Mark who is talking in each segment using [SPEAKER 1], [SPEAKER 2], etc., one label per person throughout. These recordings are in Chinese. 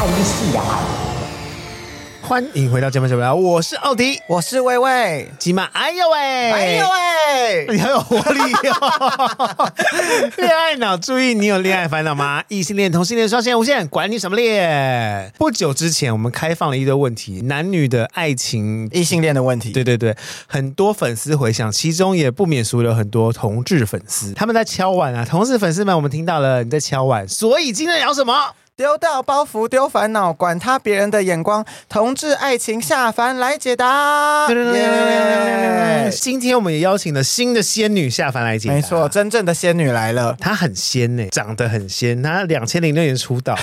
[SPEAKER 1] 爱你死啊！
[SPEAKER 2] 欢迎回到节目小表，我是奥迪，
[SPEAKER 3] 我是薇薇，
[SPEAKER 2] 吉玛，哎呦喂，哎
[SPEAKER 3] 哎呦喂，
[SPEAKER 2] 你好有活力 哦！恋爱脑，注意，你有恋爱烦恼吗？异性恋、同性恋、双性恋、无限，管你什么恋。不久之前，我们开放了一堆问题，男女的爱情。
[SPEAKER 3] 异性恋的问题，
[SPEAKER 2] 对对对，很多粉丝回想，其中也不免俗了很多同志粉丝，他们在敲碗啊。同志粉丝们，我们听到了你在敲碗，所以今天聊什么？
[SPEAKER 3] 丢掉包袱，丢烦恼，管他别人的眼光，同志爱情下凡来解答。耶
[SPEAKER 2] 今天我们也邀请了新的仙女下凡来解答
[SPEAKER 3] 没错，真正的仙女来了。
[SPEAKER 2] 她很仙呢、长得很仙。她两千零六年出道，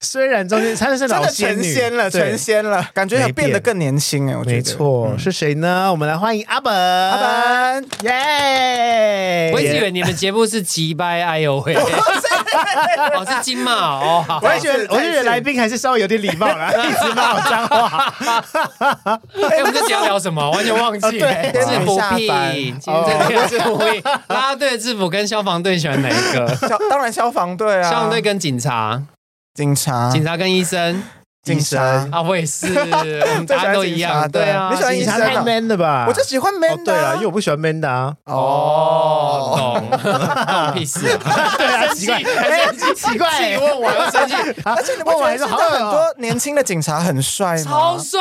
[SPEAKER 2] 虽然中间她是
[SPEAKER 3] 真
[SPEAKER 2] 老
[SPEAKER 3] 的
[SPEAKER 2] 仙
[SPEAKER 3] 成
[SPEAKER 2] 女，
[SPEAKER 3] 仙了，
[SPEAKER 2] 对
[SPEAKER 3] 成。仙了，感觉有
[SPEAKER 2] 没变
[SPEAKER 3] 变得更年轻哎，我觉得。
[SPEAKER 2] 没错，是谁呢？我们来欢迎阿本。
[SPEAKER 3] 阿
[SPEAKER 2] 阿
[SPEAKER 3] 本，
[SPEAKER 2] 本，
[SPEAKER 3] 哎
[SPEAKER 2] 耶！
[SPEAKER 4] 我一直以为你们节目是吉拜哎呦 喂，哦是金马哦，好
[SPEAKER 2] 我也觉得，我也觉得来宾还是稍微有点礼貌啦，一直骂我脏话。
[SPEAKER 4] 哎我们这集要聊什么？完全忘记
[SPEAKER 3] 哦
[SPEAKER 4] 哎了。
[SPEAKER 3] 对
[SPEAKER 4] 制服
[SPEAKER 3] 下班哦
[SPEAKER 4] 癖，今天聊制服癖，啦啦队的制服跟消防队你喜欢哪一个？
[SPEAKER 3] 消当然消防队啊，
[SPEAKER 4] 消防队跟警察，
[SPEAKER 3] 警察，
[SPEAKER 4] 警察跟医生
[SPEAKER 3] 警察。
[SPEAKER 4] 啊，我也是，我们大家都一样，
[SPEAKER 3] 最
[SPEAKER 4] 对
[SPEAKER 3] 喜欢警察
[SPEAKER 4] 啊，
[SPEAKER 3] 你喜欢医
[SPEAKER 2] 警
[SPEAKER 3] 生
[SPEAKER 2] 察
[SPEAKER 3] 啊
[SPEAKER 2] 太 man 了吧？
[SPEAKER 3] 我就喜欢 man
[SPEAKER 2] 哦，对
[SPEAKER 3] 的啊
[SPEAKER 2] 了，因为我不喜欢 man 的啊。
[SPEAKER 4] 哦，懂，懂屁 事啊！对啊，
[SPEAKER 2] 奇怪
[SPEAKER 4] 很生气，奇怪，自己问我要生气，
[SPEAKER 3] 而且你不觉得现在很多年轻的警察很帅吗？
[SPEAKER 4] 超帅，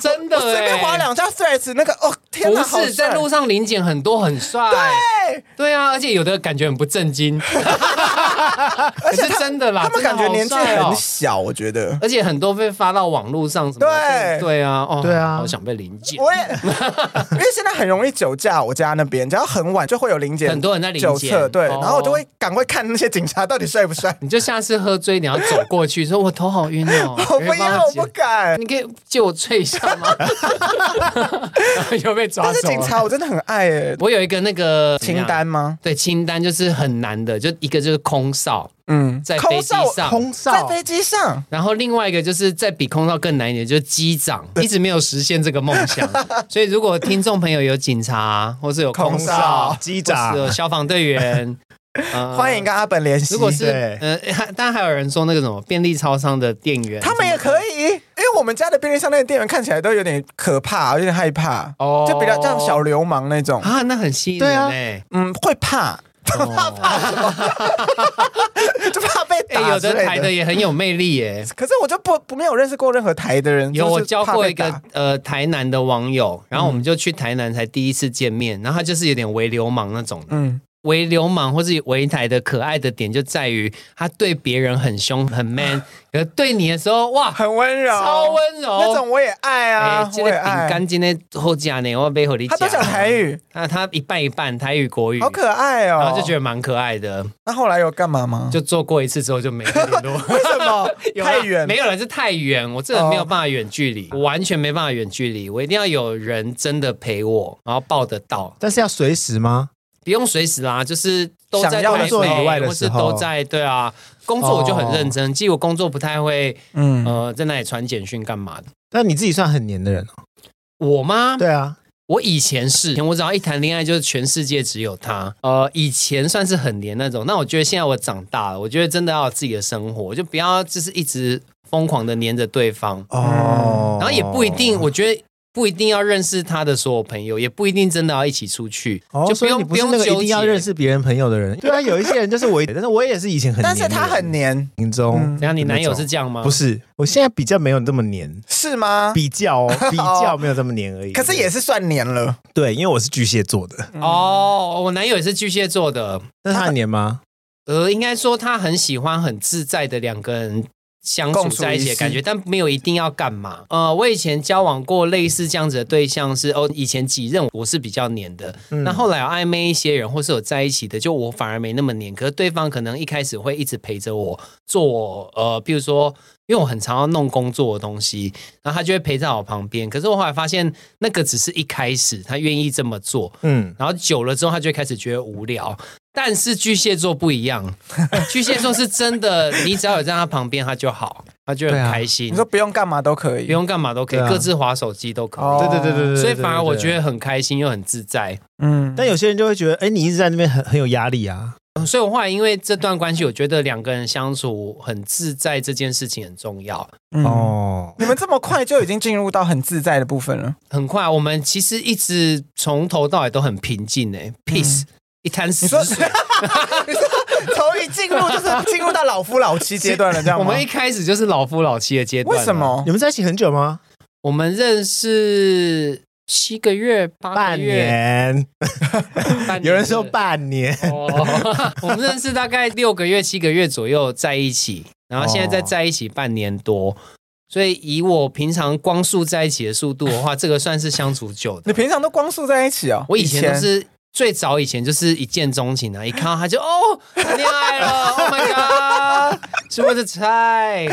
[SPEAKER 4] 真的
[SPEAKER 3] 我随便
[SPEAKER 4] 哎
[SPEAKER 3] 划两下 threads，那个哦，天哪，
[SPEAKER 4] 不
[SPEAKER 3] 好帅
[SPEAKER 4] 是在路上临检很多很帅，
[SPEAKER 3] 哎
[SPEAKER 4] 对啊，而且有的感觉很不 正经，而
[SPEAKER 3] 且
[SPEAKER 4] 是真的啦，
[SPEAKER 3] 他们感觉年纪
[SPEAKER 4] 真的好
[SPEAKER 3] 很
[SPEAKER 4] 帅哦
[SPEAKER 3] 小，我觉得。
[SPEAKER 4] 而且很多被发到网络上什么
[SPEAKER 3] 对
[SPEAKER 4] 的，对啊，哦，
[SPEAKER 2] 对啊
[SPEAKER 4] 好想被临检。
[SPEAKER 3] 我也， 因为现在很容易酒驾，我家那边只要很晚就会有临检，
[SPEAKER 4] 很多人在临检
[SPEAKER 3] 酒测，对，
[SPEAKER 4] 哦
[SPEAKER 3] 然后我就会赶快看那些警察到底帅不 帅。
[SPEAKER 4] 你就下次喝醉，你要走过去说：“我头好晕哦，
[SPEAKER 3] 我不
[SPEAKER 4] 有人帮
[SPEAKER 3] 要，我不
[SPEAKER 4] 解
[SPEAKER 3] 敢。
[SPEAKER 4] 你可以借我吹一下吗？” 又被抓
[SPEAKER 3] 但是
[SPEAKER 4] 走
[SPEAKER 3] 警
[SPEAKER 4] 了。
[SPEAKER 3] 察我真的很爱哎，
[SPEAKER 4] 我有一个那个
[SPEAKER 3] 清，单吗？
[SPEAKER 4] 对清单就是很难的，就一个就是空少
[SPEAKER 3] 嗯，
[SPEAKER 4] 在
[SPEAKER 3] 空
[SPEAKER 4] 飞机
[SPEAKER 3] 少
[SPEAKER 4] 上，
[SPEAKER 2] 空
[SPEAKER 3] 在
[SPEAKER 2] 少，
[SPEAKER 3] 飞机上，
[SPEAKER 4] 然后另外一个就是再比空少更难一点，就是机长，一直没有实现这个梦想。所以如果听众朋友有警察，或是有空
[SPEAKER 3] 空少
[SPEAKER 4] 少、
[SPEAKER 2] 机
[SPEAKER 4] 或
[SPEAKER 2] 长
[SPEAKER 4] 是有消防队员，呃
[SPEAKER 3] 欢迎。跟阿本联系。
[SPEAKER 4] 如果是
[SPEAKER 2] 对
[SPEAKER 4] 呃， 还当然还有人说那个什么便利超商的店员，
[SPEAKER 3] 他们也可以，因为我们家的便利商店的店员看起来都有点可怕，有点害怕，
[SPEAKER 4] 哦
[SPEAKER 3] 就比较像小流氓那种，
[SPEAKER 4] 啊，那很吸引
[SPEAKER 2] 对
[SPEAKER 4] 人
[SPEAKER 2] 啊
[SPEAKER 4] 哎、
[SPEAKER 3] 嗯，会怕，
[SPEAKER 4] 怕怕
[SPEAKER 3] 就怕被
[SPEAKER 4] 哎，
[SPEAKER 3] 打
[SPEAKER 4] 有
[SPEAKER 3] 之
[SPEAKER 4] 的台
[SPEAKER 3] 类
[SPEAKER 4] 的
[SPEAKER 3] 的。
[SPEAKER 4] 也很有魅力耶、
[SPEAKER 3] 可是我就不不没有认识过任何台的人，
[SPEAKER 4] 有
[SPEAKER 3] 就是
[SPEAKER 4] 我交
[SPEAKER 3] 怕
[SPEAKER 4] 过
[SPEAKER 3] 被
[SPEAKER 4] 一个
[SPEAKER 3] 打
[SPEAKER 4] 呃台南的网友，然后我们就去台南才第一次见面，然后他就是有点为流氓那种的，
[SPEAKER 3] 嗯，
[SPEAKER 4] 为流氓或是为台的可爱的点就在于，他对别人很凶很 man，可是对你的时候哇，
[SPEAKER 3] 很温柔，
[SPEAKER 4] 超温柔哎
[SPEAKER 3] 那种我也爱啊，
[SPEAKER 4] 今
[SPEAKER 3] 我也
[SPEAKER 4] 天饼
[SPEAKER 3] 爱。
[SPEAKER 4] 干啊今天后加呢，我被和你
[SPEAKER 3] 他都讲台，语，
[SPEAKER 4] 那他一半一半台语国语，
[SPEAKER 3] 好可爱哦。
[SPEAKER 4] 嗯然后就觉得蛮可爱的，
[SPEAKER 3] 那后来有干嘛吗？
[SPEAKER 4] 就做过一次之后就没有联络。
[SPEAKER 3] 为什么
[SPEAKER 4] 有啦
[SPEAKER 3] 太远？
[SPEAKER 4] 没有了，是太远。我这人没有办法远距
[SPEAKER 2] 哦
[SPEAKER 4] 离，我完全没办法远距离。我一定要有人真的陪我，然后抱得到，
[SPEAKER 2] 但是要随时吗？
[SPEAKER 4] 不用随时啦，就是都在
[SPEAKER 3] 想要
[SPEAKER 4] 台北，
[SPEAKER 2] 工作以外的
[SPEAKER 4] 或是
[SPEAKER 2] 时候哦
[SPEAKER 4] 都在对啊。工作我就很认真，其实我工作不太会，
[SPEAKER 3] 嗯，
[SPEAKER 4] 呃，在那里传简讯干嘛的。
[SPEAKER 2] 但你自己算很黏的人哦。
[SPEAKER 4] 我吗？
[SPEAKER 2] 对啊，
[SPEAKER 4] 我以前是，以前我只要一谈恋爱，就是全世界只有他。呃，以前算是很黏那种。那我觉得现在我长大了，我觉得真的要有自己的生活，就不要就是一直疯狂的黏着对方。
[SPEAKER 2] 哦，
[SPEAKER 4] 然后也不一定，我觉得不一定要认识他的所有朋友，也不一定真的要一起出去，
[SPEAKER 2] 哦，
[SPEAKER 4] 就不
[SPEAKER 2] 所以
[SPEAKER 4] 用
[SPEAKER 2] 你不
[SPEAKER 4] 不
[SPEAKER 2] 是
[SPEAKER 4] 用
[SPEAKER 2] 那个一
[SPEAKER 4] 纠
[SPEAKER 2] 定
[SPEAKER 4] 结。
[SPEAKER 2] 要认识别人朋友的人。对啊，有一些人就是我，但是我也是以前很黏
[SPEAKER 3] 但
[SPEAKER 2] 的人，
[SPEAKER 3] 是他很黏，嗯
[SPEAKER 2] 林中
[SPEAKER 4] 怎样？你男友是这样吗？
[SPEAKER 2] 不，是？我现在比较没有这么黏。
[SPEAKER 3] 是吗？
[SPEAKER 2] 比较 哦，比较没有这么黏而已。
[SPEAKER 3] 可是也是算黏了，
[SPEAKER 2] 对，因为我是巨蟹座的，
[SPEAKER 4] 哦，我男友也是巨蟹座的，
[SPEAKER 2] 那他很黏吗？
[SPEAKER 4] 呃，应该说他很喜欢很自在的两个人。相处
[SPEAKER 3] 共处
[SPEAKER 4] 在一起
[SPEAKER 3] 一
[SPEAKER 4] 的
[SPEAKER 3] 室
[SPEAKER 4] 感觉，但没有一定要干嘛。呃，我以前交往过类似这样子的对象是，哦，以前几任我是比较黏的，
[SPEAKER 3] 嗯
[SPEAKER 4] 那后来有暧昧一些人，或是有在一起的，就我反而没那么黏。可是对方可能一开始会一直陪着我做我，呃，比如说，因为我很常要弄工作的东西，然后他就会陪在我旁边。可是我后来发现，那个只是一开始他愿意这么做，
[SPEAKER 2] 嗯，
[SPEAKER 4] 然后久了之后，他就会开始觉得无聊。但是巨蟹座不一样， 巨蟹座是真的，你只要有在他旁边，他就好，他就很
[SPEAKER 2] 对啊
[SPEAKER 4] 开心，
[SPEAKER 3] 你说不用干嘛都可以，
[SPEAKER 4] 不用干嘛都可以，
[SPEAKER 2] 对啊
[SPEAKER 4] 各自划手机都可以。
[SPEAKER 3] 哦
[SPEAKER 2] 对对对对对。
[SPEAKER 4] 所以反而我觉
[SPEAKER 2] 得，
[SPEAKER 4] 得很开心又很自在，
[SPEAKER 3] 嗯，
[SPEAKER 2] 但有些人就会觉得，哎，你一直在那边很很有压力啊。
[SPEAKER 4] 所以我后来因为这段关系，我觉得两个人相处很自在这件事情很重要。
[SPEAKER 3] 嗯。
[SPEAKER 2] 哦，
[SPEAKER 3] 你们这么快就已经进入到很自在的部分了。
[SPEAKER 4] 很快，我们其实一直从头到尾都很平静诶、p e a
[SPEAKER 2] 嗯
[SPEAKER 4] c e 一滩死
[SPEAKER 3] 你说，
[SPEAKER 4] 水。
[SPEAKER 3] 你说 从一进入就是进入到老夫老妻阶段了，这样
[SPEAKER 4] 我
[SPEAKER 3] 吗？
[SPEAKER 4] 们一开始就是老夫老妻的阶段。啊
[SPEAKER 3] 为什？么
[SPEAKER 2] 你？们在一起很久吗？
[SPEAKER 4] 我们认识七个月、八
[SPEAKER 2] 半
[SPEAKER 4] 个月，
[SPEAKER 2] 年，
[SPEAKER 4] 半年
[SPEAKER 2] 有人说半年，
[SPEAKER 4] 哦，我们认识大概六个月、七个月左右在一起，然后现在
[SPEAKER 2] 哦
[SPEAKER 4] 再在一起半年多，所以以我平常光速在一起的速度的话，这个算是相处久的。
[SPEAKER 3] 你平常都光速在一起哦？
[SPEAKER 4] 我以前都是最早以前就是一见钟情啊，一看到他就哦谈恋爱了，Oh my god，是我的菜，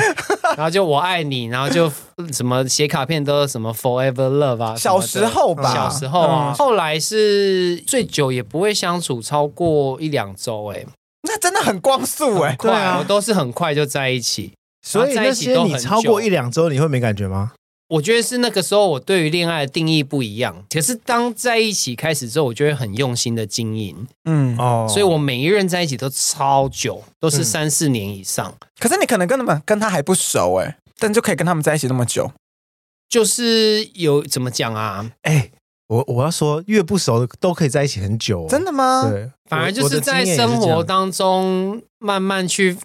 [SPEAKER 4] 然后就我爱你，然后就什么写卡片都什么 forever love 啊，
[SPEAKER 3] 小时候吧，
[SPEAKER 4] 小时候啊，
[SPEAKER 3] 嗯
[SPEAKER 4] 后来是最久也不会相处超过一两周、哎，
[SPEAKER 3] 那真的很光速哎、
[SPEAKER 4] 快，啊我都是很快就在一起。
[SPEAKER 2] 啊所以
[SPEAKER 4] 然
[SPEAKER 2] 那
[SPEAKER 4] 后在一起
[SPEAKER 2] 些
[SPEAKER 4] 都
[SPEAKER 2] 你
[SPEAKER 4] 很
[SPEAKER 2] 超
[SPEAKER 4] 久
[SPEAKER 2] 过一两周，你会没感觉吗？
[SPEAKER 4] 我觉得是那个时候我对于恋爱的定义不一样，可是当在一起开始之后，我就会很用心的经营，
[SPEAKER 3] 嗯，
[SPEAKER 2] 哦，
[SPEAKER 4] 所以我每一任在一起都超久，都是
[SPEAKER 2] 嗯
[SPEAKER 4] 三四年以上。
[SPEAKER 3] 可是你可能跟他们跟他还不熟哎、但就可以跟他们在一起那么久，
[SPEAKER 4] 就是有怎么讲啊，
[SPEAKER 2] 哎，我我要说，越不熟的都可以在一起很久哦，
[SPEAKER 3] 真的吗？
[SPEAKER 2] 对，
[SPEAKER 4] 反而就
[SPEAKER 2] 我
[SPEAKER 4] 是在生活，当中慢慢去，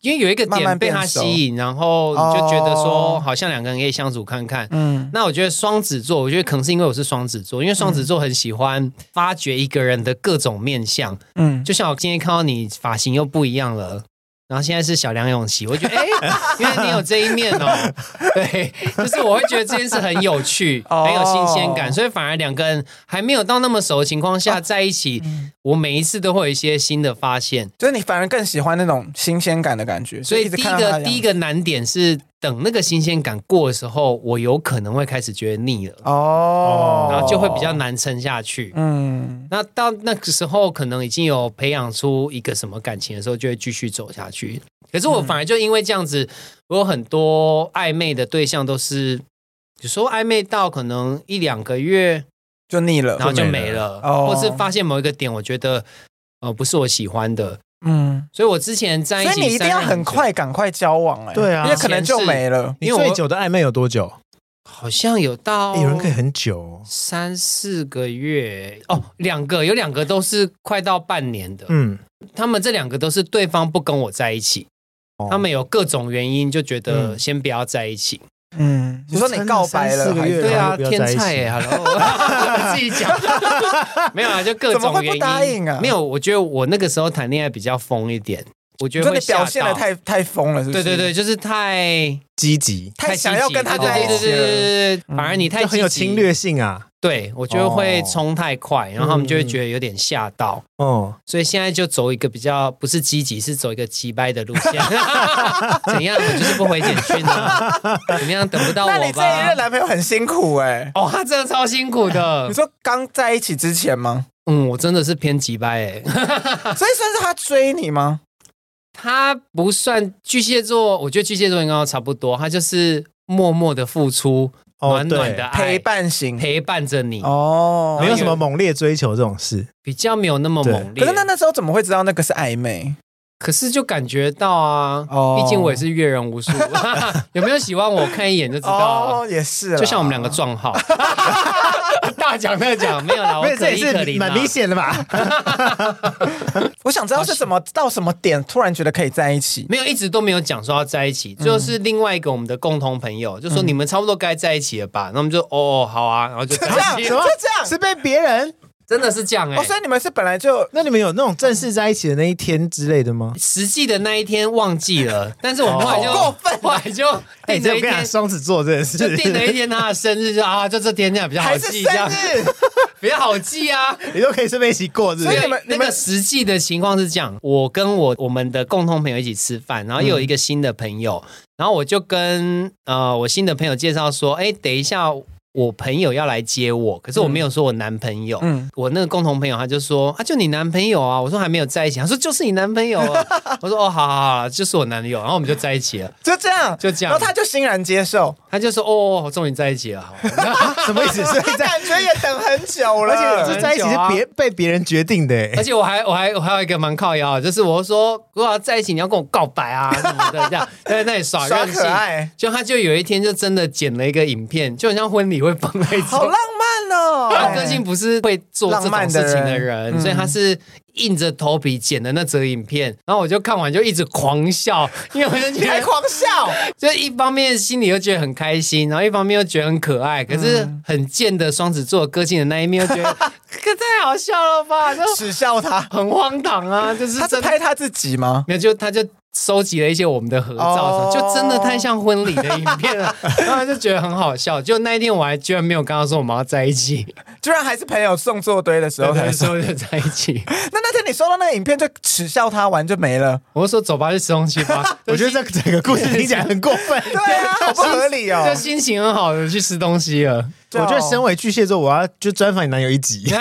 [SPEAKER 4] 因为有一个
[SPEAKER 3] 慢慢
[SPEAKER 4] 点被
[SPEAKER 3] 变
[SPEAKER 4] 他
[SPEAKER 3] 熟
[SPEAKER 4] 吸引，然后你就觉得说，
[SPEAKER 3] 哦
[SPEAKER 4] 好像两个人可以相处看看。
[SPEAKER 3] 嗯，
[SPEAKER 4] 那我觉得双子座，我觉得可能是因为我是双子座，因为双子座很喜欢发掘一个人的各种面相。
[SPEAKER 3] 嗯，
[SPEAKER 4] 就像我今天看到你发型又不一样了。然后现在是小梁咏琪，我 觉得哎、因为你有这一面哦，对，就是我会觉得这件事很有趣，
[SPEAKER 3] 哦
[SPEAKER 4] 很有新鲜感，所以反而两个人还没有到那么熟的情况
[SPEAKER 3] 哦
[SPEAKER 4] 下在一起，
[SPEAKER 3] 嗯
[SPEAKER 4] 我每一次都会有一些新的发现。
[SPEAKER 3] 就是你反而更喜欢那种新鲜感的感觉，
[SPEAKER 4] 所以
[SPEAKER 3] 就
[SPEAKER 4] 第
[SPEAKER 3] 一
[SPEAKER 4] 一
[SPEAKER 3] 直看到他
[SPEAKER 4] 个
[SPEAKER 3] 的样子
[SPEAKER 4] 第一个难点是等那个新鲜感过的时候，我有可能会开始觉得腻了，
[SPEAKER 3] 哦，
[SPEAKER 4] 然后就会比较难撑下去。
[SPEAKER 3] 嗯，
[SPEAKER 4] 那到那个时候，可能已经有培养出一个什么感情的时候，就会继续走下去。可是我反而就因为这样子，我有很多暧昧的对象都是，有时候暧昧到可能一两个月，
[SPEAKER 3] 就腻呃了，
[SPEAKER 4] 然后就
[SPEAKER 2] 没
[SPEAKER 4] 没了，
[SPEAKER 3] 哦
[SPEAKER 4] 或是发现某一个点，我觉得呃不是我喜欢的，
[SPEAKER 3] 嗯，
[SPEAKER 4] 所以我之前在一
[SPEAKER 3] 所
[SPEAKER 4] 起，
[SPEAKER 3] 以你一定要很，快赶快交往哎、
[SPEAKER 2] 对啊
[SPEAKER 3] 因为可能就没了。
[SPEAKER 2] 你
[SPEAKER 4] 因为
[SPEAKER 2] 最
[SPEAKER 4] 我
[SPEAKER 2] 久的暧昧有多久？
[SPEAKER 4] 好像有到
[SPEAKER 2] 哎有人可以很久哦，
[SPEAKER 4] 三四个月哦，两个有两个都是快到半年的，
[SPEAKER 2] 嗯，
[SPEAKER 4] 他们这两个都是对方不跟我在一起，
[SPEAKER 2] 哦
[SPEAKER 4] 他们有各种原因就觉得先不要在一起。
[SPEAKER 3] 嗯，你说你告白了，
[SPEAKER 2] 三四个月
[SPEAKER 3] 还是
[SPEAKER 4] 对啊，
[SPEAKER 2] 不要在一
[SPEAKER 4] 天
[SPEAKER 2] 起
[SPEAKER 4] 菜 耶，Hello，自己讲， 没有啊，就各
[SPEAKER 3] 怎么
[SPEAKER 4] 种
[SPEAKER 3] 会
[SPEAKER 4] 原
[SPEAKER 3] 不
[SPEAKER 4] 因。
[SPEAKER 3] 答应啊
[SPEAKER 4] 没有，我觉得我那个时候谈恋爱比较疯一点，我觉
[SPEAKER 3] 你
[SPEAKER 4] 得
[SPEAKER 3] 说
[SPEAKER 4] 会
[SPEAKER 3] 你表现的
[SPEAKER 4] 吓到
[SPEAKER 3] 太太疯了，是不
[SPEAKER 4] 对
[SPEAKER 3] 是？
[SPEAKER 4] 对对，，就是太
[SPEAKER 2] 积极，
[SPEAKER 3] 太想要跟他
[SPEAKER 4] 积极
[SPEAKER 3] 在一
[SPEAKER 4] 对
[SPEAKER 3] 起嗯
[SPEAKER 4] 对对对
[SPEAKER 3] 了。
[SPEAKER 4] 对对对，反而你太
[SPEAKER 2] 就很有
[SPEAKER 4] 积极
[SPEAKER 2] 侵，略性啊，
[SPEAKER 4] 对我觉得会
[SPEAKER 2] 哦
[SPEAKER 4] 冲太快，然后他们
[SPEAKER 3] 嗯
[SPEAKER 4] 就会觉得有点吓到。
[SPEAKER 2] 哦，
[SPEAKER 4] 所以现在就走一个比较不是积极，是走一个击败的路 线。怎样？我就是不回简讯啊！ 怎么样？等不到
[SPEAKER 3] 那
[SPEAKER 4] 我
[SPEAKER 3] 你这一任
[SPEAKER 4] 吧？
[SPEAKER 3] 男朋友很辛苦 哎、
[SPEAKER 4] 哦，他真的超辛苦的
[SPEAKER 3] 你。说刚在一起之前 吗？
[SPEAKER 4] 嗯，我真的是偏击败哎、
[SPEAKER 3] 所以算是他追你吗？
[SPEAKER 4] 他不算巨蟹座，我觉得巨蟹座应该都差不多。他就是默默的付出，
[SPEAKER 2] 哦
[SPEAKER 4] 暖暖的啊
[SPEAKER 2] 对
[SPEAKER 4] 爱
[SPEAKER 3] 陪伴型
[SPEAKER 4] 哎陪伴着你，
[SPEAKER 3] 哦，
[SPEAKER 2] 没有什么猛烈追求这种事，
[SPEAKER 4] 比较没有那么猛烈。
[SPEAKER 3] 可是那那时候怎么会知道那个是暧昧？
[SPEAKER 4] 可是就感觉到啊，
[SPEAKER 3] 哦
[SPEAKER 4] 毕竟我也是阅人 无数， 有没有喜欢我看一眼就知道啊、
[SPEAKER 3] 哦，也是啦，
[SPEAKER 4] 就像我们两个撞号，大奖特奖没有啦，我
[SPEAKER 2] 没有，
[SPEAKER 4] 可
[SPEAKER 2] 这也
[SPEAKER 4] 怜哦可
[SPEAKER 2] 是
[SPEAKER 4] 怜
[SPEAKER 2] 蛮
[SPEAKER 4] 啊
[SPEAKER 2] 明显的 吧？
[SPEAKER 3] 我想知道是怎么到什么点突然觉得可以在一起。
[SPEAKER 4] 没有，一直都没有讲说要在一起，就是另外一个我们的共同朋友，就说你们差不多该在一起了吧？那我们就哦好啊，然后就在
[SPEAKER 3] 这样
[SPEAKER 4] 一起
[SPEAKER 3] 就
[SPEAKER 4] 了，
[SPEAKER 3] 这样
[SPEAKER 2] 是被别人？
[SPEAKER 4] 真的是这样哎、
[SPEAKER 3] 哦，所以你们是本来就
[SPEAKER 2] 那你们有那种正式在一起的那一天之类的吗？
[SPEAKER 4] 实际的那一天忘记了，但是我们后来就、
[SPEAKER 3] 好过分
[SPEAKER 4] 后来就
[SPEAKER 2] 哎，
[SPEAKER 4] 定了
[SPEAKER 2] 这
[SPEAKER 4] 一
[SPEAKER 2] 我跟你
[SPEAKER 4] 天
[SPEAKER 2] 讲，，双子座真的
[SPEAKER 4] 就定了一
[SPEAKER 2] 是，
[SPEAKER 4] 天他的生日，就啊，就这天这样比较好
[SPEAKER 3] 还是
[SPEAKER 4] 记，
[SPEAKER 3] 生
[SPEAKER 4] 这样
[SPEAKER 3] 日，
[SPEAKER 4] 比较好记啊。
[SPEAKER 2] 你都可以顺便一起过，是不
[SPEAKER 3] 所以
[SPEAKER 2] 是？
[SPEAKER 3] 你们
[SPEAKER 4] 那个实际的情况是这样，我跟我我们的共同朋友一起吃饭，然后又有一个新的朋友，然后我就跟呃我新的朋友介绍说，哎，等一下我朋友要来接我，可是我没有说我男朋友，
[SPEAKER 3] 嗯
[SPEAKER 4] 我那个共同朋友他就说啊，就你男朋友啊，我说还没有在一起，他说就是你男朋友啊，我说哦，好好好，就是我男友，然后我们就在一起了，
[SPEAKER 3] 就这样，
[SPEAKER 4] 就这样
[SPEAKER 3] 然后他就欣然接受，
[SPEAKER 4] 他就说哦，我终于在一起了，好，
[SPEAKER 2] 什么意思？所 以
[SPEAKER 3] 他
[SPEAKER 2] 在，
[SPEAKER 3] 感觉也等很久了，
[SPEAKER 2] 而且这在一起是
[SPEAKER 4] 啊很呃
[SPEAKER 2] 别被别人决定的，
[SPEAKER 4] 而
[SPEAKER 2] 哎
[SPEAKER 4] 且我还我还我还有一个蛮靠腰的，就是我说如果要在一起，你要跟我告白啊什么 的，这样在那里耍
[SPEAKER 3] 耍
[SPEAKER 4] 任性
[SPEAKER 3] 可。爱，
[SPEAKER 4] 就他就有一天就真的剪了一个影片，就很像婚礼会放那一
[SPEAKER 3] 好
[SPEAKER 4] 种。
[SPEAKER 3] 浪漫哦。
[SPEAKER 4] 他个性不是会做这
[SPEAKER 3] 浪
[SPEAKER 4] 种
[SPEAKER 3] 漫
[SPEAKER 4] 事
[SPEAKER 3] 的人嗯
[SPEAKER 4] 情的人，所以他是硬着头皮剪的那则影片。然后我就看完就一直狂笑， 因为我就
[SPEAKER 3] 你
[SPEAKER 4] 觉
[SPEAKER 3] 还
[SPEAKER 4] 得，
[SPEAKER 3] 狂 笑，
[SPEAKER 4] 就一方面心里又觉得很开心，然后一方面又觉得很可爱，可是
[SPEAKER 3] 嗯
[SPEAKER 4] 很贱的双子座个性的那一面又 觉得，可太好笑了吧？就
[SPEAKER 3] 耻笑他，
[SPEAKER 4] 很荒唐啊！就是
[SPEAKER 3] 他是
[SPEAKER 4] 真的
[SPEAKER 3] 拍他自己吗？
[SPEAKER 4] 没有，就他就收集了一些我们的合照
[SPEAKER 3] 哦
[SPEAKER 4] 什么，就真的太像婚礼的影 片了，然后就觉得很好笑。就那一天，我还居然没有跟他说我们要在一起，
[SPEAKER 3] 居然还是朋友送作堆的时
[SPEAKER 4] 然
[SPEAKER 3] 候
[SPEAKER 4] 后
[SPEAKER 3] 才
[SPEAKER 4] 他
[SPEAKER 3] 说。
[SPEAKER 4] 说就在一起。
[SPEAKER 3] 那那天你收到那个影片，就耻笑他完就没了，
[SPEAKER 4] 我就说走吧，去吃东西吧。
[SPEAKER 2] 我觉得这个整个故事听起来很过分。
[SPEAKER 3] 对啊， 好不合理哦
[SPEAKER 4] 就。心情很好的去吃东西了。
[SPEAKER 3] 对哦
[SPEAKER 2] 我觉得身为巨蟹座，我要就专访你男友一集。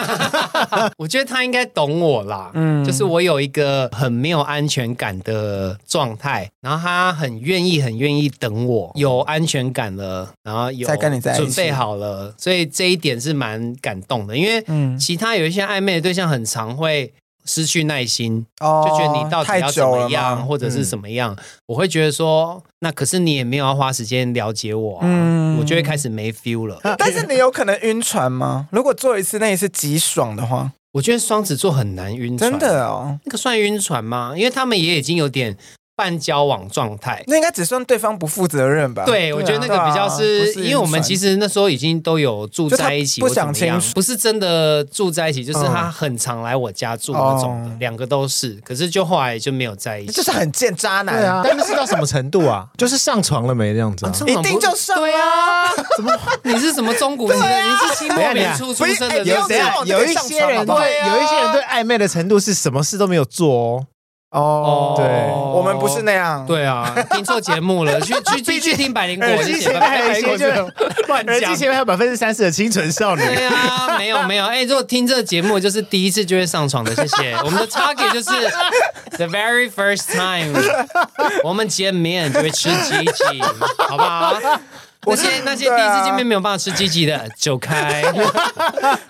[SPEAKER 4] 我觉得他应该懂我啦，嗯，就是我有一个很没有安全感的状态，然后他很愿意、很愿意等我，有安全感了，然后有
[SPEAKER 3] 再跟你在一起
[SPEAKER 4] 准备好了，所以这一点是蛮感动的，因为
[SPEAKER 3] 嗯
[SPEAKER 4] 其他有一些暧昧的对象很常会。失去耐心，
[SPEAKER 3] 哦
[SPEAKER 4] 就觉得你到底
[SPEAKER 3] 太
[SPEAKER 4] 要怎
[SPEAKER 3] 久了嗯
[SPEAKER 4] 么
[SPEAKER 3] 嘛
[SPEAKER 4] 样，或者是什么样，我会觉得说，那可是你也没有要花时间了解我啊，
[SPEAKER 3] 嗯
[SPEAKER 4] 我就会开始没 feel 了。
[SPEAKER 3] 但是你有可能晕船吗？如果做一次那一次极爽的话，
[SPEAKER 4] 我觉得双子座很难晕船，
[SPEAKER 3] 真的哦，
[SPEAKER 4] 那个算晕船吗？因为他们也已经有点半交往状态。
[SPEAKER 3] 那应该只算对方不负责任吧？
[SPEAKER 4] 对，我觉得那个比较
[SPEAKER 3] 对啊
[SPEAKER 4] 是
[SPEAKER 3] 不，是
[SPEAKER 4] 因为我们
[SPEAKER 3] 晕船
[SPEAKER 4] 其实那时候已经都有住在一起，
[SPEAKER 3] 就他不想
[SPEAKER 4] 或怎么样
[SPEAKER 3] 清楚
[SPEAKER 4] 不是真的住在一起，就是
[SPEAKER 3] 嗯
[SPEAKER 4] 他很常来我家住那种的，
[SPEAKER 3] 哦
[SPEAKER 4] 两个都是，可是就后来就没有在一起，
[SPEAKER 3] 就是很贱渣男
[SPEAKER 2] 对啊，但那是到什么程度 啊？就是上床了没这样子啊？
[SPEAKER 3] 一定就是
[SPEAKER 4] 对啊，怎么 你是什么中古时代？你是清末民初出生的
[SPEAKER 3] 啊不是哎
[SPEAKER 4] 人
[SPEAKER 3] 有
[SPEAKER 2] 等一下
[SPEAKER 3] 谁
[SPEAKER 4] 才
[SPEAKER 3] 那我就
[SPEAKER 2] 有
[SPEAKER 3] 可以
[SPEAKER 2] 一
[SPEAKER 3] 上
[SPEAKER 2] 些
[SPEAKER 3] 床
[SPEAKER 2] 人
[SPEAKER 3] 好不好
[SPEAKER 2] 对，
[SPEAKER 4] 对啊
[SPEAKER 2] 有一些人对暧昧的程度是什么事都没有做哦。
[SPEAKER 3] 哦。
[SPEAKER 2] 对
[SPEAKER 3] 我们不是那样，，
[SPEAKER 4] 对啊，听错节目了，去 去去去听百灵果，
[SPEAKER 2] 耳机前面还有一些就
[SPEAKER 4] 乱
[SPEAKER 2] 耳
[SPEAKER 4] 讲
[SPEAKER 2] 机。前面还有百分之三十的清纯少女，
[SPEAKER 4] 对啊，没有没有，哎、如果听这个节目，就是第一次就会上床的，谢谢。我们的 target 就是 the very first time，我们见面就会吃鸡鸡，好不好？那些那些第
[SPEAKER 3] 对
[SPEAKER 4] 一
[SPEAKER 3] 啊
[SPEAKER 4] 次见面没有办法吃鸡鸡的，走开。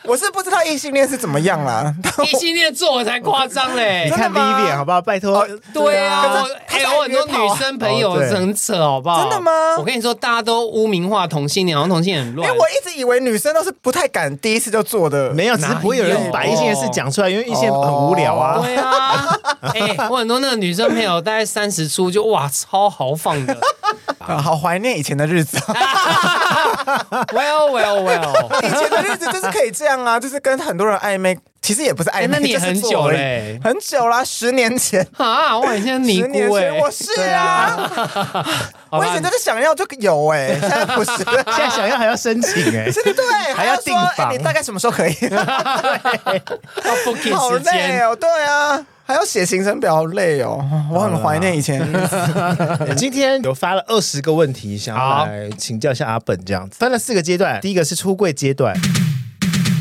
[SPEAKER 3] 我是不知道异性恋是怎么样 啦。
[SPEAKER 4] 异性恋做我才夸张嘞
[SPEAKER 2] 你。看
[SPEAKER 3] 真
[SPEAKER 2] 第
[SPEAKER 3] 的吗
[SPEAKER 2] 一眼好不好？拜托，
[SPEAKER 4] 对啊，
[SPEAKER 3] 可
[SPEAKER 4] 我
[SPEAKER 3] 是
[SPEAKER 4] 哎、
[SPEAKER 3] 他
[SPEAKER 4] 我很多
[SPEAKER 3] 约炮啊
[SPEAKER 4] 女生朋友
[SPEAKER 2] 哦对
[SPEAKER 4] 很扯，好不好？
[SPEAKER 3] 真的吗
[SPEAKER 4] 我跟你说，大家都污名化同性恋，然后同性恋很
[SPEAKER 3] 因
[SPEAKER 4] 乱。
[SPEAKER 3] 为哎我一直以为女生都是不太敢第一次就做的，
[SPEAKER 2] 没有，只是不会有人把一些事讲出来，因为一些很无聊啊。
[SPEAKER 4] 对啊，哎、我很多那个女生朋友，大概三十出就哇，超豪放的。
[SPEAKER 3] 啊好怀念以前的日子。
[SPEAKER 4] well well well，
[SPEAKER 3] 以前的日子就是可以这样啊，就是跟很多人暧昧，其实也不是暧昧，
[SPEAKER 4] 哎那你
[SPEAKER 3] 就是
[SPEAKER 4] 很
[SPEAKER 3] 做
[SPEAKER 4] 久
[SPEAKER 3] 而已
[SPEAKER 4] 嘞
[SPEAKER 3] 很久啦，十年前，
[SPEAKER 4] 啊，我很像尼
[SPEAKER 3] 十年
[SPEAKER 4] 姑哎、
[SPEAKER 3] 前
[SPEAKER 4] 欸，
[SPEAKER 3] 我是啊，
[SPEAKER 4] 好
[SPEAKER 3] 我
[SPEAKER 4] 吧
[SPEAKER 3] 以前真的想要就有哎，现在 不是，
[SPEAKER 2] 现在想要还要申请 哎，
[SPEAKER 3] 真的对，
[SPEAKER 2] 还要
[SPEAKER 3] 说
[SPEAKER 2] 订房
[SPEAKER 3] 哎你大概什么时候 可以？
[SPEAKER 4] 要 booking
[SPEAKER 3] 好
[SPEAKER 4] 时
[SPEAKER 3] 累
[SPEAKER 4] 间。
[SPEAKER 3] 哦，对啊，还要写行程表，好累哦，我很怀念以前的日子。
[SPEAKER 2] 今天有发了二十个问题，想要
[SPEAKER 4] 好
[SPEAKER 2] 来请教一下阿本这样子，分了四个阶段，第一个是出柜阶段。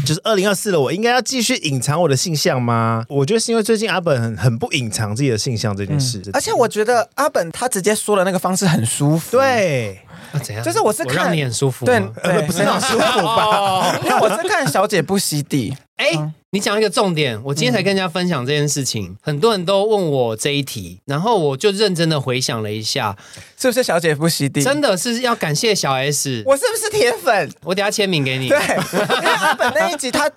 [SPEAKER 2] 就是二零二四了，我应该要继续隐藏我的性向吗？我觉得是因为最近阿本很很不隐藏自己的性向这件事，
[SPEAKER 3] 而且我觉得阿本他直接说的那个方式很舒服，，
[SPEAKER 2] 对，
[SPEAKER 4] 啊怎样？
[SPEAKER 3] 就是我是
[SPEAKER 4] 我
[SPEAKER 3] 看
[SPEAKER 4] 让你很舒服吗。
[SPEAKER 3] 嗯对
[SPEAKER 2] 呃，
[SPEAKER 3] 对，
[SPEAKER 2] 不是那种舒服吧？
[SPEAKER 4] 哦，
[SPEAKER 3] 因为我是看《小姐不吸地》，
[SPEAKER 4] 哎、你讲一个重点，我今天才跟人家分享这件事情，
[SPEAKER 3] 嗯
[SPEAKER 4] 很多人都问我这一题，然后我就认真的回想了一下，
[SPEAKER 3] 是不是小姐不吸地？
[SPEAKER 4] 真的是要感谢小 S，我
[SPEAKER 3] 我是不是铁粉？
[SPEAKER 4] 等下签名给你
[SPEAKER 3] 对，。 因为阿本那一集他。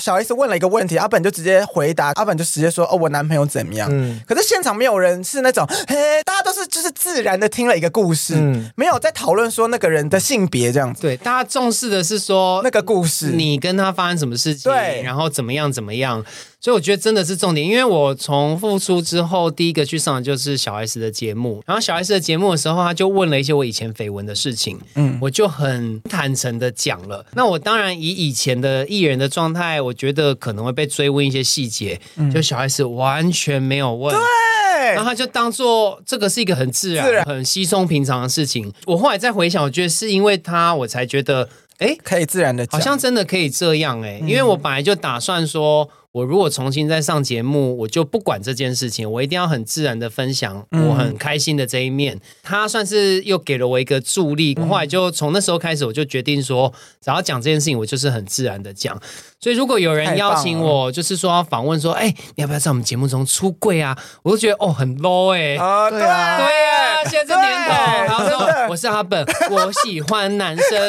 [SPEAKER 3] 小 S 问了一个问题，阿本就直接回答，阿本就直接说：“哦，我男朋友怎么样？”
[SPEAKER 4] 嗯
[SPEAKER 3] 可是现场没有人是那种，嘿，大家都是就是自然的听了一个故事，
[SPEAKER 4] 嗯
[SPEAKER 3] 没有在讨论说那个人的性别这样子，
[SPEAKER 4] 对，大家重视的是说
[SPEAKER 3] 那个故事。
[SPEAKER 4] 你跟他发生什么事情，
[SPEAKER 3] 对
[SPEAKER 4] 然后怎么样怎么样。所以我觉得真的是重点，因为我从复出之后，第一个去上的就是小 S 的节目，然后小 S 的节目的时候，他就问了一些我以前绯闻的事情，嗯，我就很坦诚的讲了。那我当然以以前的艺人的状态，我觉得可能会被追问一些细节，就小 S 完全没有问，然
[SPEAKER 3] 哎
[SPEAKER 4] 后他就当做这个是一个很自然、
[SPEAKER 3] 自然
[SPEAKER 4] 很稀松平常的事情。我后来再回想，我觉得是因为他，我才觉得，哎，
[SPEAKER 3] 可以自然的讲，嗯
[SPEAKER 4] 好像真的可以这样哎、因为我本来就打算说，我如果重新再上节目，我就不管这件事情，我一定要很自然的分享
[SPEAKER 3] 嗯
[SPEAKER 4] 我很开心的这一面。他算是又给了我一个助力，后来就从那时候开始，我就决定说，只要讲这件事情，我就是很自然的讲。所以如果有人邀请我，就是说要访问说，哎、你要不要在我们节目中出柜啊？我就觉得哦，很 low 哎、
[SPEAKER 3] 啊，对啊，
[SPEAKER 4] 对呀、现在这年头，
[SPEAKER 3] 对
[SPEAKER 4] 然后
[SPEAKER 3] 真的
[SPEAKER 4] 说我是阿本，我喜欢 男生，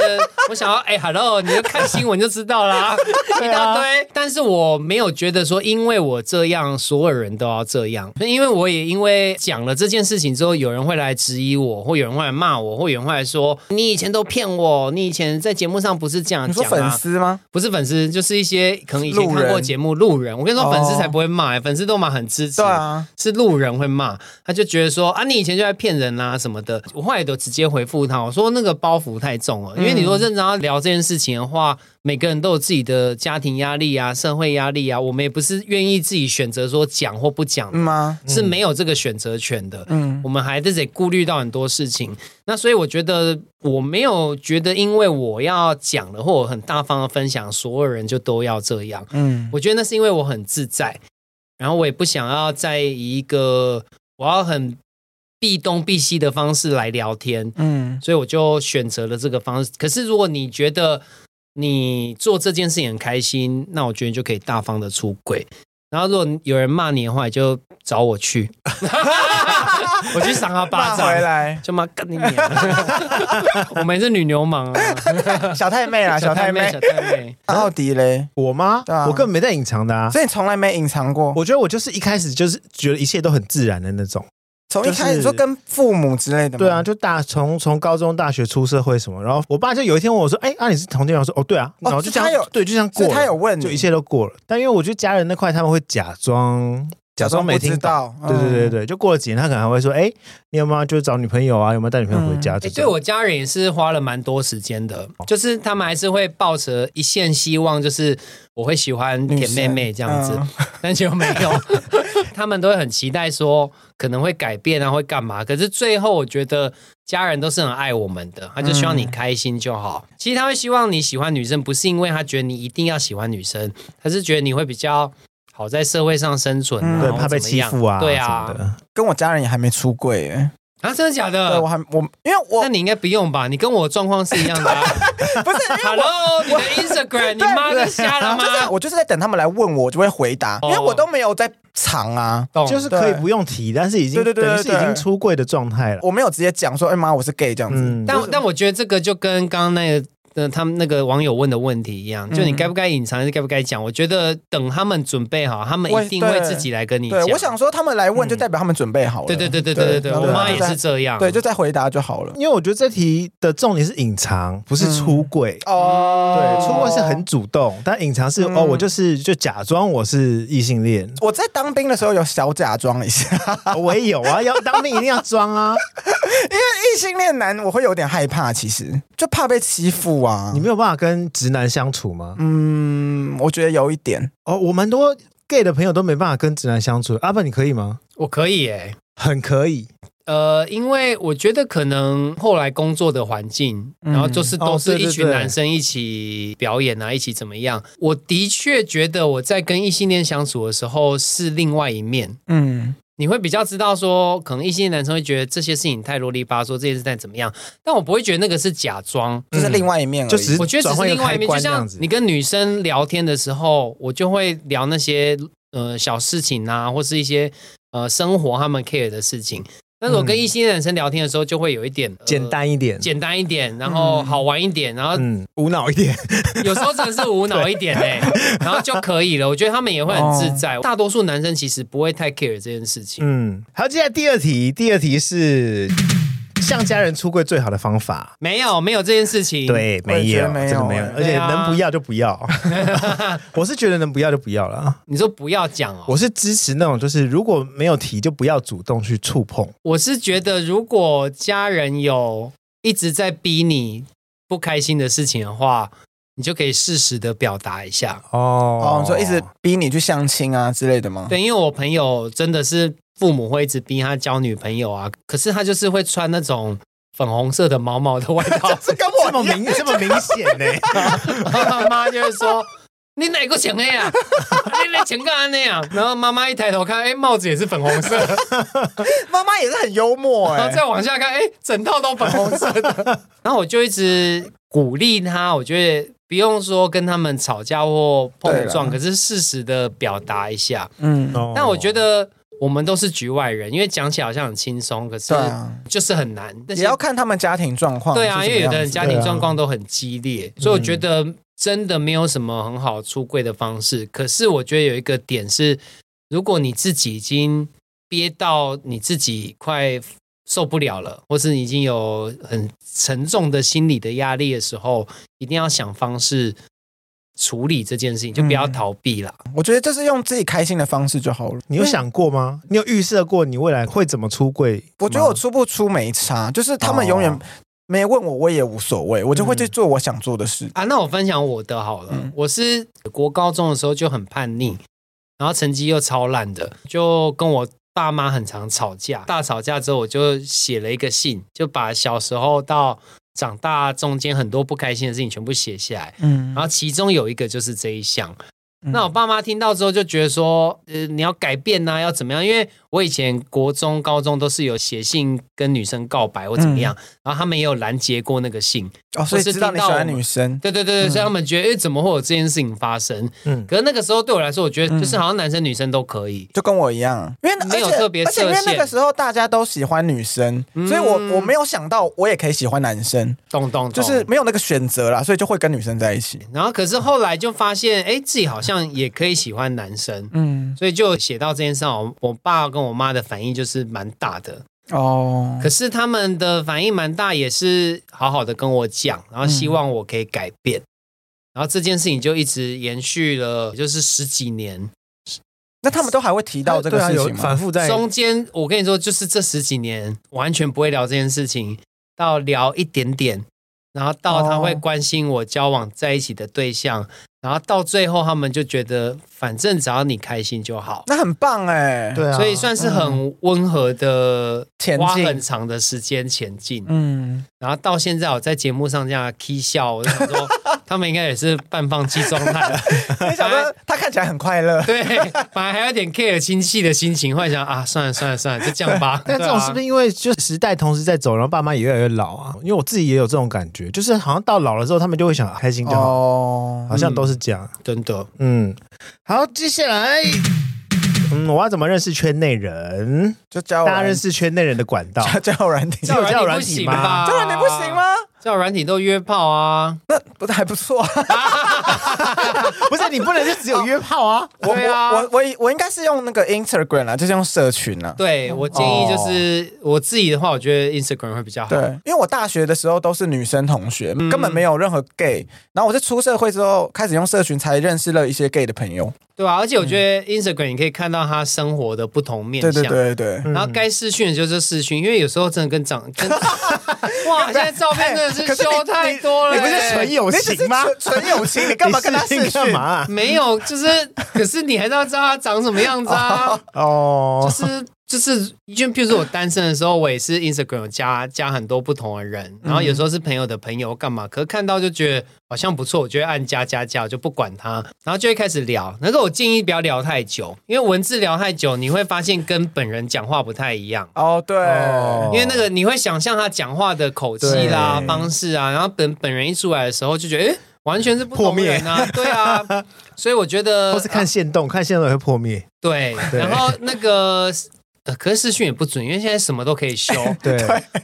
[SPEAKER 4] 我想要哎、hello，你就看新闻就知道 啦，
[SPEAKER 3] 啊
[SPEAKER 4] 一大堆。但是我没有觉得说，因为我这样，所有人都要这样，因为我也因为讲了这件事情之后，有人会来质疑我，或有人会来骂我，或有人会来说你以前都骗我，你以前在节目上不是这样
[SPEAKER 3] 你说
[SPEAKER 4] 讲
[SPEAKER 3] 粉
[SPEAKER 4] 啊。
[SPEAKER 3] 丝吗？
[SPEAKER 4] 不是粉丝，就是一些可能以前看
[SPEAKER 3] 路
[SPEAKER 4] 过
[SPEAKER 3] 人
[SPEAKER 4] 节目路人。我跟你说，
[SPEAKER 3] 哦
[SPEAKER 4] 粉丝才不会骂、粉丝都嘛很支持。
[SPEAKER 3] 对啊，
[SPEAKER 4] 是路人会骂，他就觉得说啊，你以前就在骗人啦、什么的。我后来都直接回复他，我说那个包袱太重
[SPEAKER 3] 嗯
[SPEAKER 4] 了，因为你如果认真要聊这件事情的话，每个人都有自己的家庭压力啊、社会压力啊，我们也不是愿意自己选择说讲或不讲的
[SPEAKER 3] 嗯吗？
[SPEAKER 4] 是没有这个选择权的。嗯，我们还是得顾虑到很多事情。那所以我觉得我没有觉得，因为我要讲了或我很大方的分享，所有人就都要这样。
[SPEAKER 3] 嗯，
[SPEAKER 4] 我觉得那是因为我很自在，然后我也不想要在一个我要很避东避西的方式来聊天，
[SPEAKER 3] 嗯，
[SPEAKER 4] 所以我就选择了这个方式。可是如果你觉得你做这件事情很开心，那我觉得你就可以大方的出轨。然后如果有人骂你的话，你就找我去， 我去赏他巴
[SPEAKER 3] 骂
[SPEAKER 4] 掌
[SPEAKER 3] 回。来，
[SPEAKER 4] 就骂干你娘！ 我们也是女流氓啊，
[SPEAKER 3] 小太妹啊啦，小太妹
[SPEAKER 4] 小。太妹，
[SPEAKER 3] 然后迪嘞，
[SPEAKER 2] 我吗？
[SPEAKER 3] 对啊
[SPEAKER 2] 我根本没在隐藏的啊。
[SPEAKER 3] 所以你从来没隐藏过。
[SPEAKER 2] 我觉得我就是一开始就是觉得一切都很自然的那种。
[SPEAKER 3] 从一开
[SPEAKER 2] 就
[SPEAKER 3] 始
[SPEAKER 2] 是
[SPEAKER 3] 说跟父母之类的吗，
[SPEAKER 2] 对啊，就大从从高中、大学出社会什么，然后我爸就有一天问我说：“哎、啊你是同性恋？”我说：“哦，对啊。”然后就这样，
[SPEAKER 3] 是他有
[SPEAKER 2] 对，就这样过
[SPEAKER 3] 所以
[SPEAKER 2] 了。
[SPEAKER 3] 他有问你，
[SPEAKER 2] 就一切都过了。但因为我觉得家人那块他们会假装假装没
[SPEAKER 3] 不知
[SPEAKER 2] 听到。
[SPEAKER 3] 道，嗯
[SPEAKER 2] 对对对对，就过了几年，他可能还会说：“哎、你有没有就找女朋友啊？有没有带女朋友回
[SPEAKER 3] 嗯
[SPEAKER 2] 家？”这
[SPEAKER 4] 欸、
[SPEAKER 2] 种
[SPEAKER 4] 对我家人也是花了蛮多时间的，
[SPEAKER 3] 哦
[SPEAKER 4] 就是他们还是会抱着一线希望，就是我会喜欢
[SPEAKER 3] 嗯
[SPEAKER 4] 甜妹妹这样子，
[SPEAKER 3] 女生
[SPEAKER 4] 但就没 有。 他们都会很期待说可能会改变啊，会干嘛？可是最后我觉得家人都是很爱我们的，他就希望你开心就好。
[SPEAKER 2] 嗯
[SPEAKER 4] 其实他会希望你喜欢女生，不是因为他觉得你一定要喜欢女生，他是觉得你会比较。好在社会上生存、啊，
[SPEAKER 3] 嗯
[SPEAKER 2] 对
[SPEAKER 4] 然后
[SPEAKER 2] 怕被
[SPEAKER 4] 怎么
[SPEAKER 2] 欺
[SPEAKER 4] 样
[SPEAKER 2] 负啊，
[SPEAKER 4] 对
[SPEAKER 2] 什么
[SPEAKER 4] 啊，
[SPEAKER 2] 的。
[SPEAKER 3] 跟我家人也还没出柜哎，
[SPEAKER 4] 啊，真的
[SPEAKER 3] 对
[SPEAKER 4] 假的
[SPEAKER 3] 我？还我因为我
[SPEAKER 4] 那你应该不用吧？你跟我状况是一样 的、啊。
[SPEAKER 3] 不是因为
[SPEAKER 4] Hello，你的 Instagram，你妈是瞎 了
[SPEAKER 3] 就是
[SPEAKER 4] 吗？
[SPEAKER 3] 我就是在等他们来问我，我就会回答，
[SPEAKER 4] 哦
[SPEAKER 3] 因为我都没有在藏啊，
[SPEAKER 4] 懂
[SPEAKER 2] 就是可以不用提，但是已经
[SPEAKER 3] 对对对对
[SPEAKER 2] 等于是已
[SPEAKER 3] 对
[SPEAKER 2] 经出柜的状态了。
[SPEAKER 3] 我没有直接讲说哎妈我是 gay 这样子，
[SPEAKER 2] 嗯，
[SPEAKER 4] 但但我觉得这个就跟刚刚那个。呃，他们那个网友问的问题一样，就你该不该隐藏，还是该不该讲？我觉得等他们准备好，他们
[SPEAKER 3] 我
[SPEAKER 4] 一定会自己来跟你讲嗯
[SPEAKER 3] 对。，我想说他们来问就代表他们准备好了，
[SPEAKER 4] 对对嗯对对对对对，
[SPEAKER 3] 然后
[SPEAKER 4] 我
[SPEAKER 3] 就
[SPEAKER 4] 妈也
[SPEAKER 3] 再
[SPEAKER 4] 是这样。
[SPEAKER 3] 对，就再回答就好了。
[SPEAKER 2] 因为我觉得这题的重点是隐藏，不
[SPEAKER 3] 嗯
[SPEAKER 2] 是出柜。
[SPEAKER 3] 哦，
[SPEAKER 2] 对，出柜是很主动，但隐藏是、哦，我就是就假装我是异性 恋
[SPEAKER 3] 我在当兵的时候有小假装一下，
[SPEAKER 2] 哦我也有啊，要当兵一定要装 啊。
[SPEAKER 3] 异性恋男我会有点害怕，其实就怕被欺负啊
[SPEAKER 2] 你。没有办法跟直男相处吗？
[SPEAKER 3] 嗯，我觉得有一点，
[SPEAKER 2] 哦，我蛮多 gay 的朋友都没办法跟直男相处。阿、啊、本，你可以吗？
[SPEAKER 4] 我可以诶，
[SPEAKER 2] 很可以，
[SPEAKER 4] 呃，因为我觉得可能后来工作的环境，
[SPEAKER 3] 嗯
[SPEAKER 4] 然后就是都
[SPEAKER 2] 哦对
[SPEAKER 4] 是一
[SPEAKER 2] 对
[SPEAKER 4] 群
[SPEAKER 2] 对
[SPEAKER 4] 男生一起表演啊，一起怎么样？我的确觉得我在跟异性恋相处的时候是另外一面，
[SPEAKER 3] 嗯，
[SPEAKER 4] 你会比较知道说，可能异性恋男生会觉得这些事情太啰里吧嗦，这些事情怎么样，但我不会觉得那个是假装。
[SPEAKER 3] 这是另外一面而已，
[SPEAKER 2] 就只是
[SPEAKER 4] 我觉得
[SPEAKER 2] 嗯
[SPEAKER 4] 只
[SPEAKER 2] 转换一个
[SPEAKER 4] 是另外一
[SPEAKER 2] 开
[SPEAKER 4] 面，就
[SPEAKER 2] 关这
[SPEAKER 4] 像
[SPEAKER 2] 样子
[SPEAKER 4] 你跟女生聊天的时候，我就会聊那些呃小事情啊，或是一些呃生活他们 care 的事情。但是我跟异性恋男生聊天的时候，就会有一点、呃
[SPEAKER 2] 嗯简、单一点，
[SPEAKER 4] 简单一点，然后好玩一点，然后
[SPEAKER 2] 嗯，无脑一点，
[SPEAKER 4] 有时候真的是无脑一点哎、然后就可以了。我觉得他们也会很自在。大多数男生其实不会太 care 这件事情。
[SPEAKER 2] 哦嗯。好，接下来第二题，第二题 是向家人出柜最好的方法。
[SPEAKER 4] 没有，没有这件事情。，
[SPEAKER 2] 对，
[SPEAKER 3] 我也
[SPEAKER 2] 没
[SPEAKER 3] 觉
[SPEAKER 2] 有，
[SPEAKER 3] 得没有
[SPEAKER 2] 真的没有，
[SPEAKER 3] 哎
[SPEAKER 2] 而且
[SPEAKER 4] 对啊
[SPEAKER 2] 能不要就不要。 我是觉得能不要就不要了，
[SPEAKER 4] 你说不要讲哦。
[SPEAKER 2] 我是支持那种就是如果没有提就不要主动去触碰。
[SPEAKER 4] 我是觉得，如果家人有一直在逼你不开心的事情的话，你就可以适时的表达一下。
[SPEAKER 2] 哦
[SPEAKER 3] 哦，你说一直逼你去相亲啊之类的吗？
[SPEAKER 4] 对，因为我朋友真的是父母会一直逼他交女朋友啊，可是他就是会穿那种粉红色的毛毛的外 套，
[SPEAKER 2] 这跟我这么明这么明 显呢、
[SPEAKER 4] 他妈就会说。你哪个钱的呀？你哪钱干那样？然后妈妈一抬头看，哎、帽子也是粉红色。
[SPEAKER 3] 妈妈也是很幽默
[SPEAKER 4] 然
[SPEAKER 3] 哎
[SPEAKER 4] 后，再往下看，哎、整套都粉红色的。 然后我就一直鼓励他，我觉得不用说跟他们吵架或碰撞，可是适时的表达一下。
[SPEAKER 3] 嗯，
[SPEAKER 4] 但我觉
[SPEAKER 2] 得
[SPEAKER 4] 得我们都是局外人，因为讲起来好像很轻松，可是
[SPEAKER 3] 对啊
[SPEAKER 4] 就是很难。但是
[SPEAKER 3] 也要看他们家庭状况是
[SPEAKER 4] 对
[SPEAKER 3] 什么样
[SPEAKER 4] 啊，
[SPEAKER 3] 子。嗯
[SPEAKER 4] 因为有的人家庭
[SPEAKER 2] 对啊
[SPEAKER 4] 状况都很激烈，所以我觉得真的没有什么很好出柜的方式。可是我觉得有一个点是，如果你自己已经憋到你自己快受不了了，或是你已经有很沉重的心理的压力的时候，一定要想方式处理这件事情，就不要
[SPEAKER 3] 嗯
[SPEAKER 4] 逃避啦。
[SPEAKER 3] 我觉得就是用自己开心的方式就好了。嗯
[SPEAKER 2] 你有想过吗？你有预设过你未来会怎么出柜吗？
[SPEAKER 3] 我觉得我出不出没差，就是他们永远
[SPEAKER 2] 哦嗯
[SPEAKER 3] 没问我，我也无所谓，我就会去做我想做的事。
[SPEAKER 4] 啊，那我分享我的好了。
[SPEAKER 3] 嗯
[SPEAKER 4] 我是国高中的时候就很叛逆，然后成绩又超烂的，就跟我爸妈很常吵架。大吵架之后，我就写了一个信，就把小时候到长大中间很多不开心的事情全部写下来。
[SPEAKER 3] 嗯
[SPEAKER 4] 然后其中有一个就是这一项，
[SPEAKER 3] 嗯
[SPEAKER 4] 那我爸妈听到之后就觉得说，呃，你要改变呐、要怎么样？因为我以前国中、高中都是有写信跟女生告白或怎么样，
[SPEAKER 3] 嗯
[SPEAKER 4] 然后他们也有拦截过那个信，
[SPEAKER 3] 哦，所以
[SPEAKER 4] 我是
[SPEAKER 3] 知道你
[SPEAKER 4] 听
[SPEAKER 3] 喜
[SPEAKER 4] 到我
[SPEAKER 3] 欢
[SPEAKER 4] 们
[SPEAKER 3] 女生，
[SPEAKER 4] 对对对对，所以他们觉得，哎、怎么会有这件事情发生？
[SPEAKER 2] 嗯
[SPEAKER 4] 嗯，可是那个时候对我来说，我觉得就是好像男生女生都可以。
[SPEAKER 3] 就跟我一样，因为而
[SPEAKER 4] 没有
[SPEAKER 3] 且
[SPEAKER 4] 特别
[SPEAKER 3] 而且因为
[SPEAKER 4] 设限嗯
[SPEAKER 3] 那个时候大家都喜欢女生，所以我我没有想到我也可以喜欢男生，
[SPEAKER 4] 懂懂懂，
[SPEAKER 3] 就是没有那个选择啦，所以就会跟女生在一起。
[SPEAKER 4] 然后可是后来就发现，哎，自己好像也可以喜欢男生，
[SPEAKER 3] 嗯，
[SPEAKER 4] 所以就写到这件事上。我我爸跟我妈的反应就是蛮大的，
[SPEAKER 3] 哦，
[SPEAKER 4] 可是他们的反应蛮大，也是好好的跟我讲，然后希望我可以改变。然后这件事情就一直延续了，就是十几年。
[SPEAKER 3] 那他们都还会提到这个
[SPEAKER 2] 对啊
[SPEAKER 3] 事
[SPEAKER 2] 有
[SPEAKER 3] 情吗？
[SPEAKER 2] 反复在
[SPEAKER 4] 中间我跟你说，就是这十几年完全不会聊这件事情，到聊一点点，然后到他会关心我交往在一起的对象，然后到最后他们就觉得，反正只要你开心就好。
[SPEAKER 3] 那很棒哎、
[SPEAKER 2] 对啊，
[SPEAKER 4] 所以算是很温和的，
[SPEAKER 3] 前进
[SPEAKER 4] 花很长的时间前进。
[SPEAKER 3] 嗯，
[SPEAKER 4] 然后到现在，我在节目上这样 k 笑，我就 想说，他们应该也是半放弃状态了。
[SPEAKER 3] 没想到他看起来很快 乐。
[SPEAKER 4] 对，本来还有点 care 亲戚的心情，后来想啊，算了算了算了，就这样 吧。啊
[SPEAKER 2] 但这种是不
[SPEAKER 4] 是？
[SPEAKER 2] 是因为就时代同时在走，然后爸妈也越来越老啊？因为我自己也有这种感觉，就是好像到老了之后，他们就会想开心就好，
[SPEAKER 3] 哦，
[SPEAKER 2] 好像都是这样。
[SPEAKER 4] 真的，
[SPEAKER 2] 嗯，好，接下来，嗯，我要怎么认识圈内人？
[SPEAKER 3] 就交友
[SPEAKER 2] 大家
[SPEAKER 3] 软
[SPEAKER 2] 认识圈内人的管道。
[SPEAKER 3] 交交友软体，
[SPEAKER 2] 交
[SPEAKER 3] 交
[SPEAKER 2] 友
[SPEAKER 3] 友
[SPEAKER 2] 软体
[SPEAKER 4] 不行吧？
[SPEAKER 3] 软体不行？吗？
[SPEAKER 4] 叫软体都约炮啊！
[SPEAKER 3] 那不是还不错啊。
[SPEAKER 2] 不是，你不能就只有约炮啊！
[SPEAKER 3] 我
[SPEAKER 4] 对啊
[SPEAKER 3] 我我我我应该是用那个 Instagram 啦，就是用社群啊啦。
[SPEAKER 4] 对我建议就是、我自己的话，我觉得 Instagram 会比较好。
[SPEAKER 3] 对，因为我大学的时候都是女生同学，
[SPEAKER 4] 嗯
[SPEAKER 3] 根本没有任何 gay。然后我是出社会之后开始用社群，才认识了一些 gay 的朋友。
[SPEAKER 4] 对啊，而且我觉得 Instagram 你可以看到他生活的不同面嗯
[SPEAKER 3] 对
[SPEAKER 4] 向。
[SPEAKER 3] 对对对，
[SPEAKER 4] 然后该视讯的就是视讯，因为有时候真的跟长跟哇，现在照片真的
[SPEAKER 3] 可
[SPEAKER 4] 是
[SPEAKER 3] 是你
[SPEAKER 4] 修太多了、欸
[SPEAKER 2] 你不是纯友
[SPEAKER 3] 你只
[SPEAKER 2] 情
[SPEAKER 3] 是
[SPEAKER 2] 吗？
[SPEAKER 3] 纯纯友情，你干嘛跟他
[SPEAKER 2] 你
[SPEAKER 3] 视
[SPEAKER 2] 试干
[SPEAKER 3] 讯？
[SPEAKER 2] 嘛啊？
[SPEAKER 4] 没有，就是，可是你还是要知道他长什么样子啊，
[SPEAKER 2] 哦
[SPEAKER 4] 就，是就是就譬如说我单身的时候，我也是 Instagram 有加加很多不同的人，然后有时候是朋友的朋友干嘛，可是看到就觉得好像不错，我就会按加加加，我就不管他，然后就会开始聊。但是我建议不要聊太久，因为文字聊太久，你会发现跟本人讲话不太一样。
[SPEAKER 3] 哦，对，
[SPEAKER 2] 哦
[SPEAKER 4] 因为那个你会想象他讲话的口气啦、
[SPEAKER 2] 对
[SPEAKER 4] 方式啊，然后本本人一出来的时候就觉得，诶，完全是不同人啊，对 啊，所以我觉得
[SPEAKER 2] 或是看
[SPEAKER 4] 啊
[SPEAKER 2] 线动，看线动也会破灭。
[SPEAKER 4] 对，然后那个。呃，可是视讯也不准，因为现在什么都可以修。
[SPEAKER 2] 对，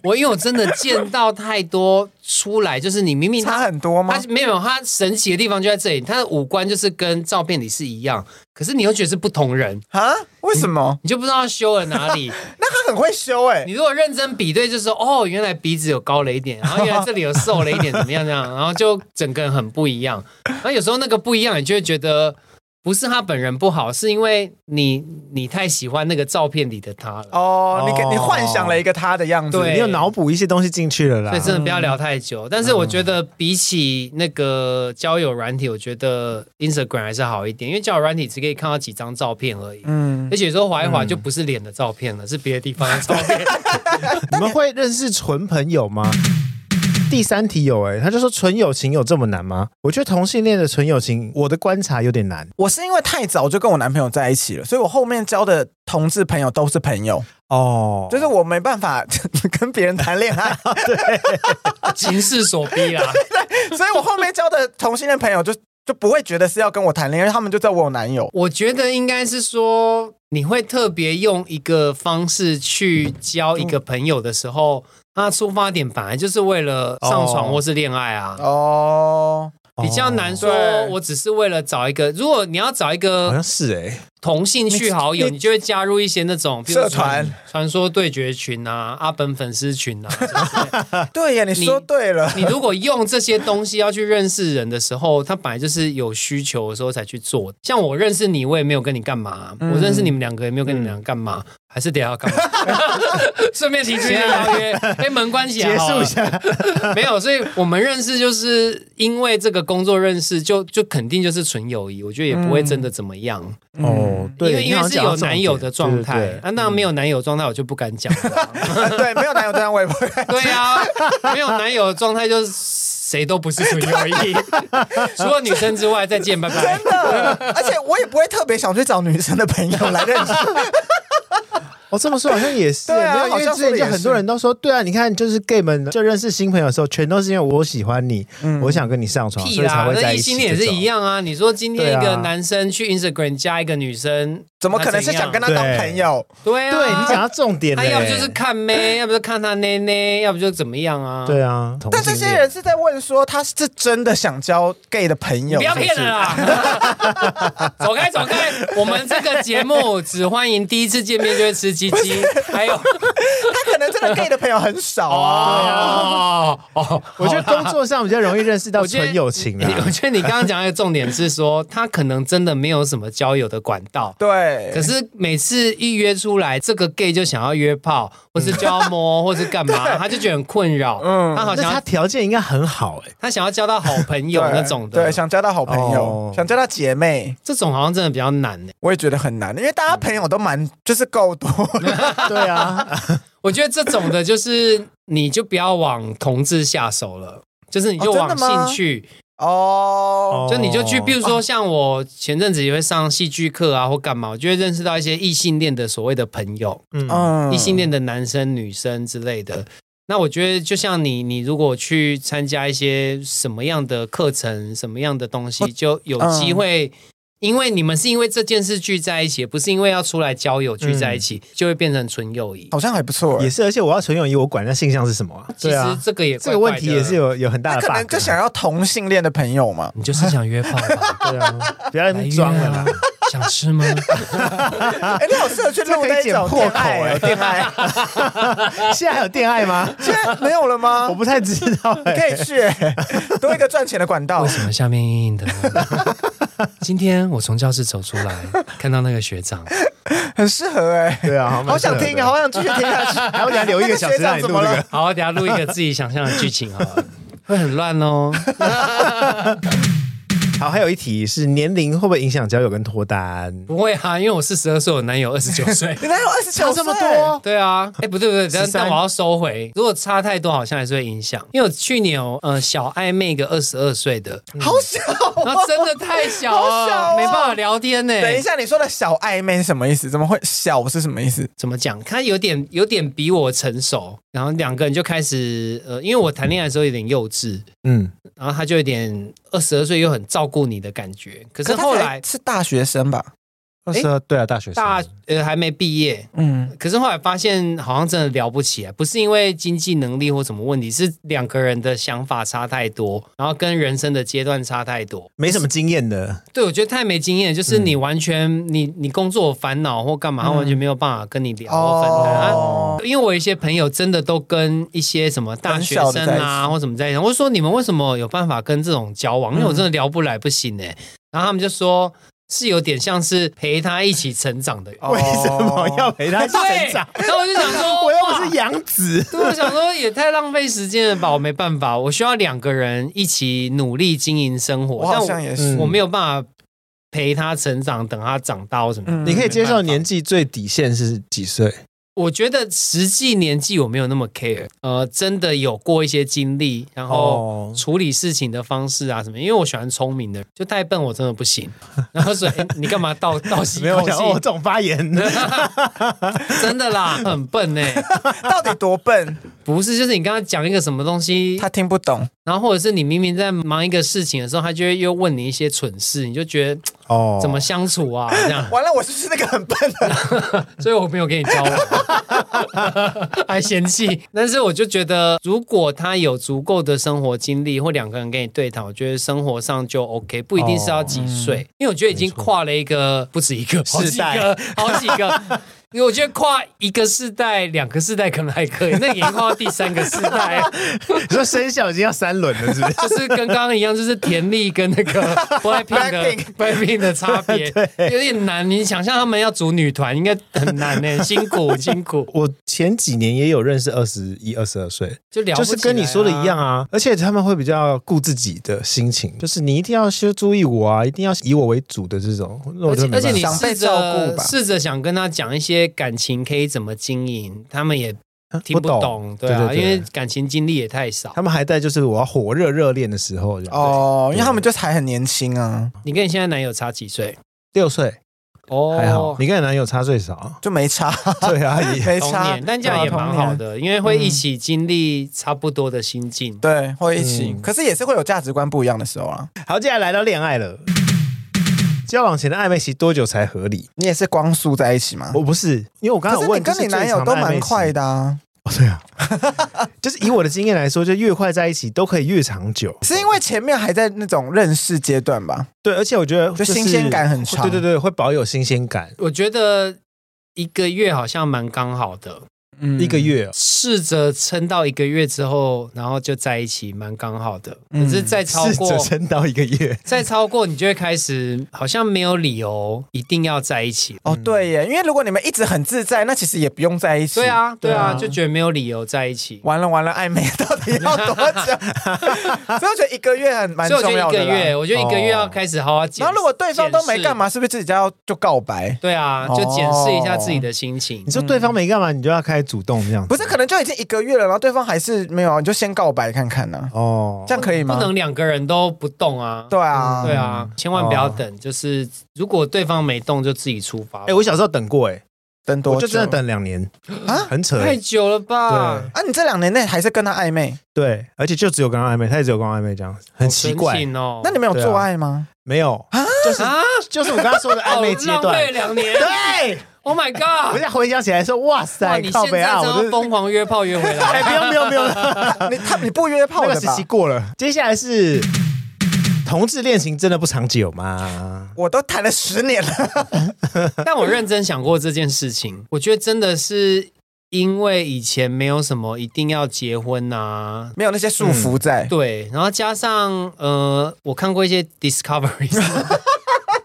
[SPEAKER 4] 我因为我真的见到太多出来，就是你明明
[SPEAKER 3] 差
[SPEAKER 4] 他
[SPEAKER 3] 很多吗
[SPEAKER 4] 他？没有他神奇的地方就在这里，他的五官就是跟照片里是一样，可是你又觉得是不同人，
[SPEAKER 3] 啊？为什 么？
[SPEAKER 4] 你就不知道他修了哪里。
[SPEAKER 3] 那他很会修哎、
[SPEAKER 4] 你如果认真比对，就说哦，原来鼻子有高了一点，然后原来这里有瘦了一点，怎么样这样，然后就整个人很不一样。然后有时候那个不一样，你就会觉得不是他本人不好，是因为你你太喜欢那个照片里的他了。
[SPEAKER 3] 哦，你给
[SPEAKER 2] 哦
[SPEAKER 3] 你幻想了一个他的样子，
[SPEAKER 4] 对
[SPEAKER 2] 你有脑补一些东西进去了啦
[SPEAKER 3] 啊
[SPEAKER 4] 所以。真的不要聊太久，但
[SPEAKER 3] 嗯
[SPEAKER 4] 是我觉得比起那个交友软体，我觉得 Instagram 还是好一点，因为交友软体只可以看到几张照片而已，
[SPEAKER 3] 嗯，
[SPEAKER 4] 而且有时候划一划就不是脸的照片了，是别的地 方的照片。
[SPEAKER 2] 你们会认识纯朋友吗？第三题有哎、他就说纯友情有这么难吗？我觉得同性恋的纯友情，我的观察有点难
[SPEAKER 3] 我是因为太早就跟我男朋友在一起了，所以我后面交的同志朋友都是朋友，
[SPEAKER 2] 哦。
[SPEAKER 3] 就是我没办法 跟别人谈恋 爱，
[SPEAKER 4] 情势所逼啦，
[SPEAKER 3] 所以我后面交的同性恋朋友就就不会觉得是要跟我谈恋爱，因为他们就知道我有男友。
[SPEAKER 4] 我觉得应该是说，你会特别用一个方式去交一个朋友的时候，那出发点本来就是为了上床或是恋爱啊，
[SPEAKER 3] 哦，
[SPEAKER 4] 比较难说
[SPEAKER 3] 对。
[SPEAKER 4] 我只是为了找一个，如果你要找一
[SPEAKER 2] 好像
[SPEAKER 4] 个
[SPEAKER 2] 是哎、
[SPEAKER 4] 同兴趣好友，
[SPEAKER 3] 你
[SPEAKER 4] 你就会加入一些那种比如说
[SPEAKER 3] 社团、
[SPEAKER 4] 传说对决群啊、阿本粉丝群啊。 什么之类的
[SPEAKER 3] 对呀，你说对 了，
[SPEAKER 4] 你如果用这些东西要去认识人的时候，他本来就是有需求的时候才去做。像我认识你，我也没有跟你干嘛；我认识你们两个，也没有跟你们两个干嘛，还是得要干嘛。顺便提出一个邀约，哎，门关起来
[SPEAKER 2] 结
[SPEAKER 4] 好
[SPEAKER 2] 束
[SPEAKER 4] 了
[SPEAKER 2] 一下，
[SPEAKER 4] 没有，所以我们认识就是因为这个工作认识，就就肯定就是纯友谊，我觉得也不会真的怎么样，
[SPEAKER 2] 哦，对，
[SPEAKER 4] 嗯因为
[SPEAKER 2] 你
[SPEAKER 4] 因
[SPEAKER 2] 好像
[SPEAKER 4] 为是
[SPEAKER 2] 讲到
[SPEAKER 4] 有
[SPEAKER 2] 重
[SPEAKER 4] 男友
[SPEAKER 2] 点
[SPEAKER 4] 的状态
[SPEAKER 2] 对对嗯对
[SPEAKER 4] 啊，那没有男友状态我就不敢讲 了。
[SPEAKER 3] 对，没有男友这样我也不会。
[SPEAKER 4] 对啊，没有男友的状态就是谁都不是纯友谊， 除了女生之外，再见，拜拜。
[SPEAKER 3] 而且我也不会特别想去找女生的朋友来认 识，
[SPEAKER 2] 哦，这么说好像也是，
[SPEAKER 3] 对啊
[SPEAKER 2] 没有，因
[SPEAKER 3] 好
[SPEAKER 2] 为
[SPEAKER 3] 像
[SPEAKER 2] 之前就
[SPEAKER 3] 说的也
[SPEAKER 2] 很多
[SPEAKER 3] 是
[SPEAKER 2] 人都说，对啊，你看，就是 gay 们就认识新朋友的时候，全都是因为我喜欢你，我想跟你上床，
[SPEAKER 4] 嗯屁
[SPEAKER 2] 所以才
[SPEAKER 4] 啦，
[SPEAKER 2] 会
[SPEAKER 4] 那
[SPEAKER 2] 在一
[SPEAKER 4] 异
[SPEAKER 2] 起。
[SPEAKER 4] 性恋也是一，样啊。你说今天一
[SPEAKER 2] 对啊
[SPEAKER 4] 个男生去 Instagram 加一个女生，
[SPEAKER 3] 怎么可能
[SPEAKER 4] 那
[SPEAKER 3] 是
[SPEAKER 4] 怎样
[SPEAKER 3] 想跟他当朋友？
[SPEAKER 4] 对啊？
[SPEAKER 2] 对你讲到重点了
[SPEAKER 4] 他
[SPEAKER 2] 耶，
[SPEAKER 4] 要不就是看妹，要不就看他内内，要不就怎么样啊？
[SPEAKER 2] 对啊，同
[SPEAKER 3] 但这
[SPEAKER 2] 性
[SPEAKER 3] 些
[SPEAKER 2] 恋
[SPEAKER 3] 人是在问说他是真的想交 gay 的朋
[SPEAKER 4] 你
[SPEAKER 3] 友，
[SPEAKER 4] 不要骗
[SPEAKER 3] 是
[SPEAKER 4] 人啊啦！ 走开走开！我们这个节目只欢迎第一次见面就会吃鸡鸡， 还有
[SPEAKER 3] 不是他可能真的 gay 的朋友很少啊。
[SPEAKER 4] 哦哦，
[SPEAKER 2] 我觉得工作上比较容易认识到
[SPEAKER 4] 我觉得
[SPEAKER 2] 纯友情
[SPEAKER 4] 你 我
[SPEAKER 2] 啊。
[SPEAKER 4] 觉得你刚刚讲的一个重点是说，他可能真的没有什么交友的管道。可
[SPEAKER 3] 对，
[SPEAKER 4] 是每次一约出来，这个 gay 就想要约炮，或是交摸，或是干嘛，他就觉得很困扰。嗯，他好
[SPEAKER 2] 那
[SPEAKER 4] 想
[SPEAKER 2] 他
[SPEAKER 4] 要
[SPEAKER 2] 条件应该很好哎、
[SPEAKER 4] 他想要交到好朋友
[SPEAKER 3] 对
[SPEAKER 4] 那种的，
[SPEAKER 3] 对，想交到好朋友
[SPEAKER 2] 哦，
[SPEAKER 3] 想交到姐妹，
[SPEAKER 4] 这种好像真的比较难呢。欸
[SPEAKER 3] 我也觉得很难，因为大家朋友都蛮就是够 多，
[SPEAKER 2] 对啊，
[SPEAKER 4] 我觉得这种的，就是你就不要往同志下手了，就是你就
[SPEAKER 3] 哦真的
[SPEAKER 4] 往
[SPEAKER 3] 吗
[SPEAKER 4] 兴趣，
[SPEAKER 3] 哦，
[SPEAKER 4] 就你就去，比如
[SPEAKER 2] 说
[SPEAKER 4] 说像我前阵子也会上戏剧课啊，或干嘛，我就会认识到一些异性恋的所谓的朋友。
[SPEAKER 2] 嗯，
[SPEAKER 3] 嗯
[SPEAKER 4] 异性恋的男生、女生之类的。那我觉得，就像你，你如果去参加一些什么样的课程、什么样的东
[SPEAKER 2] 哦
[SPEAKER 4] 西，就有
[SPEAKER 2] 嗯
[SPEAKER 4] 机会，因为你们是因为这件事聚在一起，不是因为要出来交友聚
[SPEAKER 2] 嗯
[SPEAKER 4] 在一起，就会变成纯友谊。
[SPEAKER 2] 哦
[SPEAKER 3] 好像还不错欸，
[SPEAKER 2] 也是，而且我要纯友谊，我管那性向是什么啊？
[SPEAKER 4] 其
[SPEAKER 2] 对
[SPEAKER 4] 实
[SPEAKER 2] 啊，
[SPEAKER 4] 这个也
[SPEAKER 2] 这
[SPEAKER 4] 怪怪
[SPEAKER 2] 个
[SPEAKER 4] 的
[SPEAKER 2] 问题也是，有有很大
[SPEAKER 3] 他
[SPEAKER 2] 的 bug
[SPEAKER 3] 可
[SPEAKER 2] 啊。
[SPEAKER 3] 能就想要同性恋的朋友嘛。
[SPEAKER 4] 你就是想约炮 吧？
[SPEAKER 2] 对 啊，不要
[SPEAKER 4] 来约啊
[SPEAKER 2] 装了啦。，
[SPEAKER 4] 想吃吗？
[SPEAKER 3] 哎，你好适合去录那
[SPEAKER 2] 这可以剪
[SPEAKER 3] 种
[SPEAKER 2] 破
[SPEAKER 3] 恋
[SPEAKER 2] 口
[SPEAKER 3] 爱
[SPEAKER 2] 欸
[SPEAKER 3] 哦，恋 爱，
[SPEAKER 2] 现在还有恋爱 吗？
[SPEAKER 3] 现在没有了吗
[SPEAKER 2] 我？不太知道哎、
[SPEAKER 3] 可以去欸，多一个赚钱的管 道
[SPEAKER 4] 为。什么下面硬硬的 呢？今天我从教室走出来，看到那个学长，
[SPEAKER 3] 很适合哎、
[SPEAKER 2] 对啊，蛮
[SPEAKER 3] 好想
[SPEAKER 2] 适合
[SPEAKER 3] 听，
[SPEAKER 2] 的
[SPEAKER 3] 好想继续听下去。
[SPEAKER 2] 然后 你还留一个小时啊让你录这
[SPEAKER 3] 那个学长怎么
[SPEAKER 2] 个
[SPEAKER 3] 了。。
[SPEAKER 4] 好，等一下录一个自己想象的剧情好了，会很乱哦。
[SPEAKER 2] 好，还有一题是年龄会不会影响交友跟脱单？
[SPEAKER 4] 不会啊，因为我四十二岁，我男友二十九岁
[SPEAKER 3] 你哪有二十
[SPEAKER 2] 差
[SPEAKER 3] 九
[SPEAKER 2] 这么多，
[SPEAKER 4] 对啊，哎、不对不对，但
[SPEAKER 2] 13
[SPEAKER 4] 但我要收回。如果差太多，好像还是会影响。因为我去年有呃小暧昧一个二十二 岁的，
[SPEAKER 3] 好小哦、
[SPEAKER 4] 那真的太小了，
[SPEAKER 3] 好小啊
[SPEAKER 4] 没办法聊天呢、
[SPEAKER 3] 等一下，你说的小暧昧是什么意思？怎么会小是什么意思？
[SPEAKER 4] 怎么讲？他有点有点比我成熟，然后两个人就开始呃，因为我谈恋爱的时候有点幼稚，
[SPEAKER 2] 嗯，
[SPEAKER 4] 然后他就有点二十二岁又很照顾你的感觉。可是
[SPEAKER 3] 他
[SPEAKER 4] 后
[SPEAKER 3] 才
[SPEAKER 4] 来
[SPEAKER 3] 是大学生吧？
[SPEAKER 2] 二十二对啊，大学生
[SPEAKER 4] 大呃还没毕业，
[SPEAKER 3] 嗯，
[SPEAKER 4] 可是后来发现好像真的聊不起来，啊不是因为经济能力或什么问题，是两个人的想法差太多，然后跟人生的阶段差太多。
[SPEAKER 2] 没什么经验的，
[SPEAKER 4] 对，我觉得太没经验，
[SPEAKER 2] 嗯
[SPEAKER 4] 就是你完全、你你工作有烦恼或干嘛，他完全没有办法跟你聊或分担。啊
[SPEAKER 3] 哦，
[SPEAKER 4] 因为我有一些朋友真的都跟一些什么大学生
[SPEAKER 3] 很小的在
[SPEAKER 4] 啊
[SPEAKER 3] 一
[SPEAKER 4] 或什么在一起，我就说你们为什么有办法跟这种交往？因为我
[SPEAKER 3] 嗯
[SPEAKER 4] 真的聊不来，不行哎、然后他们就说是有点像是陪他一起成长的。
[SPEAKER 2] 为什么要
[SPEAKER 3] 哦
[SPEAKER 2] 陪他
[SPEAKER 4] 对，
[SPEAKER 2] 成长？
[SPEAKER 4] 然后我就想说，
[SPEAKER 2] 我又
[SPEAKER 4] 哇
[SPEAKER 2] 不是杨子，
[SPEAKER 4] 对，我想说也太浪费时间了吧，我没办法，我需要两个人一起努力经营生活，
[SPEAKER 3] 我好像
[SPEAKER 4] 但
[SPEAKER 3] 也嗯
[SPEAKER 4] 我,、
[SPEAKER 3] 是。
[SPEAKER 4] 我没有办法陪他成长，等他长大或什么。
[SPEAKER 3] 嗯
[SPEAKER 2] 你可以接受
[SPEAKER 4] 没办法
[SPEAKER 2] 年纪最底线是几岁？
[SPEAKER 4] 我觉得实际年纪我没有那么 care，呃，真的有过一些经历，然后
[SPEAKER 2] 哦
[SPEAKER 4] 处理事情的方式啊什么，因为我喜欢聪明的人，就太笨我真的不行。然后所以、哎你干嘛 倒倒吸
[SPEAKER 2] 没有，我
[SPEAKER 4] 口
[SPEAKER 2] 想哦，这
[SPEAKER 4] 气？
[SPEAKER 2] 种发 言，
[SPEAKER 4] 真的啦，很笨哎、
[SPEAKER 2] 嗯
[SPEAKER 3] 到底多笨？
[SPEAKER 4] 不是，就是你刚刚讲一个什么东西，
[SPEAKER 3] 他听不懂。
[SPEAKER 4] 然后或者是你明明在忙一个事情的时候，他就会又问你一些蠢事，你就觉得
[SPEAKER 2] 哦
[SPEAKER 4] 怎么相处啊、这样，
[SPEAKER 3] 完了，我是不是那个很笨的？
[SPEAKER 4] 所以我没有跟你交往， 还嫌弃。但是我就觉得，如果他有足够的生活经历，或两个人跟你对谈，我觉得生活上就 OK，不一定是要几岁，
[SPEAKER 2] 哦
[SPEAKER 4] 因为我觉得已经跨了一个不止一个好几
[SPEAKER 2] 嗯世代
[SPEAKER 4] 个，好几个。因为我觉得跨一个世代、两个世代可能还可以，那也跨到第三个世代，
[SPEAKER 2] 你说生肖已经要三轮了，是不是？
[SPEAKER 4] 就是跟刚刚一样，就是田丽跟那个 Blackpink 的
[SPEAKER 3] Blackpink
[SPEAKER 4] Blackpink 的差别有点难。你想象他们要组女团，应该很难呢、辛苦辛苦。
[SPEAKER 2] 我前几年也有认识二十一、二十二岁，
[SPEAKER 4] 就聊
[SPEAKER 2] 就
[SPEAKER 4] 不
[SPEAKER 2] 是
[SPEAKER 4] 起
[SPEAKER 2] 跟你
[SPEAKER 4] 来
[SPEAKER 2] 说的一样
[SPEAKER 4] 啊。
[SPEAKER 2] 啊，而且他们会比较顾自己的心情，就是你一定要先注意我啊，一定要以我为主的这种。那我
[SPEAKER 4] 而
[SPEAKER 2] 真
[SPEAKER 4] 且
[SPEAKER 2] 的没
[SPEAKER 4] 而且
[SPEAKER 2] 办
[SPEAKER 4] 你
[SPEAKER 2] 法
[SPEAKER 3] 想被
[SPEAKER 4] 试
[SPEAKER 3] 照顾
[SPEAKER 4] 着
[SPEAKER 3] 吧
[SPEAKER 4] 试着想跟他讲一些感情可以怎么经营，他们也听不
[SPEAKER 2] 啊不懂
[SPEAKER 4] 懂，对
[SPEAKER 2] 对
[SPEAKER 4] 啊，
[SPEAKER 2] 对对
[SPEAKER 4] 因为感情经历也太少
[SPEAKER 2] 他。们还在就是我要火热热恋的时候这样
[SPEAKER 3] 哦，因为他们就是还很年轻啊，，
[SPEAKER 4] 你跟你现在男友差几岁？
[SPEAKER 2] 六岁
[SPEAKER 4] 哦，
[SPEAKER 2] 还好，你跟你男友差最少
[SPEAKER 3] 就没差，
[SPEAKER 2] 对啊，也
[SPEAKER 3] 没
[SPEAKER 4] 童
[SPEAKER 3] 差
[SPEAKER 4] 年，，但这样也
[SPEAKER 3] 对啊
[SPEAKER 4] 蛮
[SPEAKER 3] 童
[SPEAKER 4] 好。
[SPEAKER 3] 年
[SPEAKER 4] 的，因为会一起经历差不多的心境。
[SPEAKER 3] 对，会一起
[SPEAKER 2] 嗯，
[SPEAKER 3] 可是也是会有价值观不一样的时候啊。
[SPEAKER 2] 好，接下来来到恋爱了。交往前的暧昧期多久才合理？
[SPEAKER 3] 你也是光速在一起吗？
[SPEAKER 2] 我不是，因为我刚刚
[SPEAKER 3] 可是
[SPEAKER 2] 有
[SPEAKER 3] 你
[SPEAKER 2] 问，
[SPEAKER 3] 跟你男友都蛮快
[SPEAKER 2] 的，
[SPEAKER 3] 的啊，
[SPEAKER 2] 对啊， 就是以我的经验来说，就越快在一起都可以越长久。
[SPEAKER 3] 是因为前面还在那种认识阶段吧？
[SPEAKER 2] 对，而且我觉得
[SPEAKER 3] 就是新鲜感很长
[SPEAKER 2] 对对对，会保有新鲜感。
[SPEAKER 4] 我觉得一个月好像蛮刚好的，
[SPEAKER 3] 嗯
[SPEAKER 2] 一个月哦，
[SPEAKER 4] 试着撑到一个月之后，然后就在一起，蛮刚好的。可是再超
[SPEAKER 2] 嗯试
[SPEAKER 4] 过
[SPEAKER 2] 着撑到一个月，
[SPEAKER 4] 再超过，你就会开始好像没有理由一定要在一起。
[SPEAKER 3] 哦，对耶，因为如果你们一直很自在，那其实也不用在一起。
[SPEAKER 4] 对，啊，对啊，就觉得没有理由在一起。
[SPEAKER 3] 完了完了，暧昧到底要多久？ 所以我觉得一个月很蛮
[SPEAKER 4] 所以我
[SPEAKER 3] 重
[SPEAKER 4] 觉得
[SPEAKER 3] 要
[SPEAKER 4] 一个
[SPEAKER 3] 的啦。
[SPEAKER 4] 月，我觉得一个月
[SPEAKER 2] 哦
[SPEAKER 4] 要开始好好检。
[SPEAKER 3] 然后如果对方都没干嘛，是哦不是自己就要就告白
[SPEAKER 4] 检视，？对啊，就检视一下自己的心情
[SPEAKER 2] 你。说对
[SPEAKER 4] 嗯
[SPEAKER 2] 方没干嘛，你就要开始主动这样子，
[SPEAKER 3] 不是，可能就已经一个月了，然后对方还是没有啊，你就先告白看看呢、
[SPEAKER 2] 哦
[SPEAKER 3] 这样可以
[SPEAKER 4] 不
[SPEAKER 3] 吗？
[SPEAKER 4] 能两个人都不动啊。
[SPEAKER 3] 对啊，哦
[SPEAKER 4] 对，啊，千万不要等。就是如果对方没动，就自己出发。
[SPEAKER 2] 哎、我小时候等过哎、
[SPEAKER 3] 等多
[SPEAKER 2] 我
[SPEAKER 3] 久？
[SPEAKER 2] 就真的等两年
[SPEAKER 3] 啊
[SPEAKER 2] 很扯、哎
[SPEAKER 4] 太久了吧？
[SPEAKER 3] 啊！你这两年内还是跟他暧昧，
[SPEAKER 2] 对，而且就只有跟他暧昧，他也只有跟我暧昧这样，很奇
[SPEAKER 4] 好
[SPEAKER 2] 怪
[SPEAKER 4] 深，情哦。
[SPEAKER 3] 那你们有
[SPEAKER 2] 对
[SPEAKER 3] 做
[SPEAKER 2] 啊
[SPEAKER 3] 爱吗？
[SPEAKER 2] 没有，就是
[SPEAKER 4] 啊，
[SPEAKER 2] 就是我刚刚说的暧昧阶
[SPEAKER 4] 哦浪
[SPEAKER 2] 段
[SPEAKER 4] 费，两 年。
[SPEAKER 2] 对，
[SPEAKER 4] Oh my
[SPEAKER 2] 我
[SPEAKER 4] god！
[SPEAKER 2] 现在回想起来说，哇
[SPEAKER 4] 哇，
[SPEAKER 2] 塞，
[SPEAKER 4] 你
[SPEAKER 2] 靠
[SPEAKER 4] 现
[SPEAKER 2] 北
[SPEAKER 4] 在
[SPEAKER 2] 啊，
[SPEAKER 4] 就
[SPEAKER 2] 我
[SPEAKER 4] 要
[SPEAKER 2] 就
[SPEAKER 4] 疯狂约炮约回
[SPEAKER 2] 哎、
[SPEAKER 4] 来。
[SPEAKER 2] 不用不用不用，
[SPEAKER 3] 你他你不约炮
[SPEAKER 2] 啊那
[SPEAKER 3] 的
[SPEAKER 2] 个时
[SPEAKER 3] 吧
[SPEAKER 2] 期？过了。接下来是同志恋情真的不长久吗？
[SPEAKER 3] 我都谈了十 年了，
[SPEAKER 4] 但我认真想过这件事情，我觉得真的是因为以前没有什么一定要结婚啊。
[SPEAKER 3] 没有那些束
[SPEAKER 2] 嗯
[SPEAKER 3] 缚在。
[SPEAKER 4] 对，然后加上呃，我看过一些 Discovery，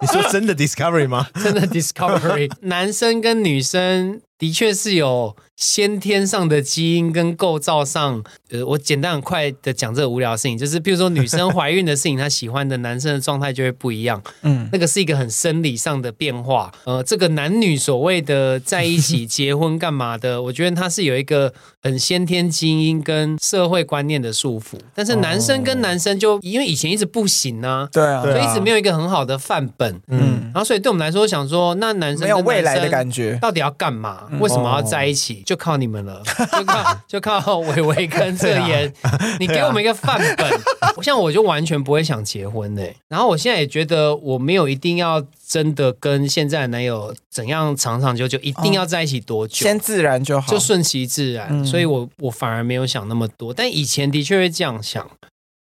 [SPEAKER 2] 你说真的 Discovery 吗？
[SPEAKER 4] 真的 Discovery，男生跟女生的确是有先天上的基因跟构造上，呃，我简单很快的讲这个无聊的事情，就是比如说女生怀孕的事情，她喜欢的男生的状态就会不一样，
[SPEAKER 3] 嗯，
[SPEAKER 4] 那个是一个很生理上的变化。呃，这个男女所谓的在一起结婚干嘛的， 我觉得它是有一个很先天基因跟社会观念的束缚，但是男生跟男生就、因为以前一直不行啊，
[SPEAKER 3] 对啊，
[SPEAKER 2] 对
[SPEAKER 4] 所
[SPEAKER 2] 啊
[SPEAKER 4] 以一直没有一个很好的范本，嗯，然后所以对我们来说，想说那男生
[SPEAKER 3] 没有
[SPEAKER 4] 跟
[SPEAKER 3] 未来的
[SPEAKER 4] 男生
[SPEAKER 3] 感觉。嗯
[SPEAKER 4] 到底要干嘛？为什么要在一起？就靠你们了，就靠就靠伟伟 跟这
[SPEAKER 3] 啊
[SPEAKER 4] 言，你给我们一个范本。像我就完全不会想结婚呢、然后我现在也觉得我没有一定要真的跟现在的男友怎样长长久久，一定要在一起多久？
[SPEAKER 3] 哦先自然就好，
[SPEAKER 4] 就顺其自然，
[SPEAKER 3] 嗯
[SPEAKER 4] 所以我我反而没有想那么多，但以前的确会这样想，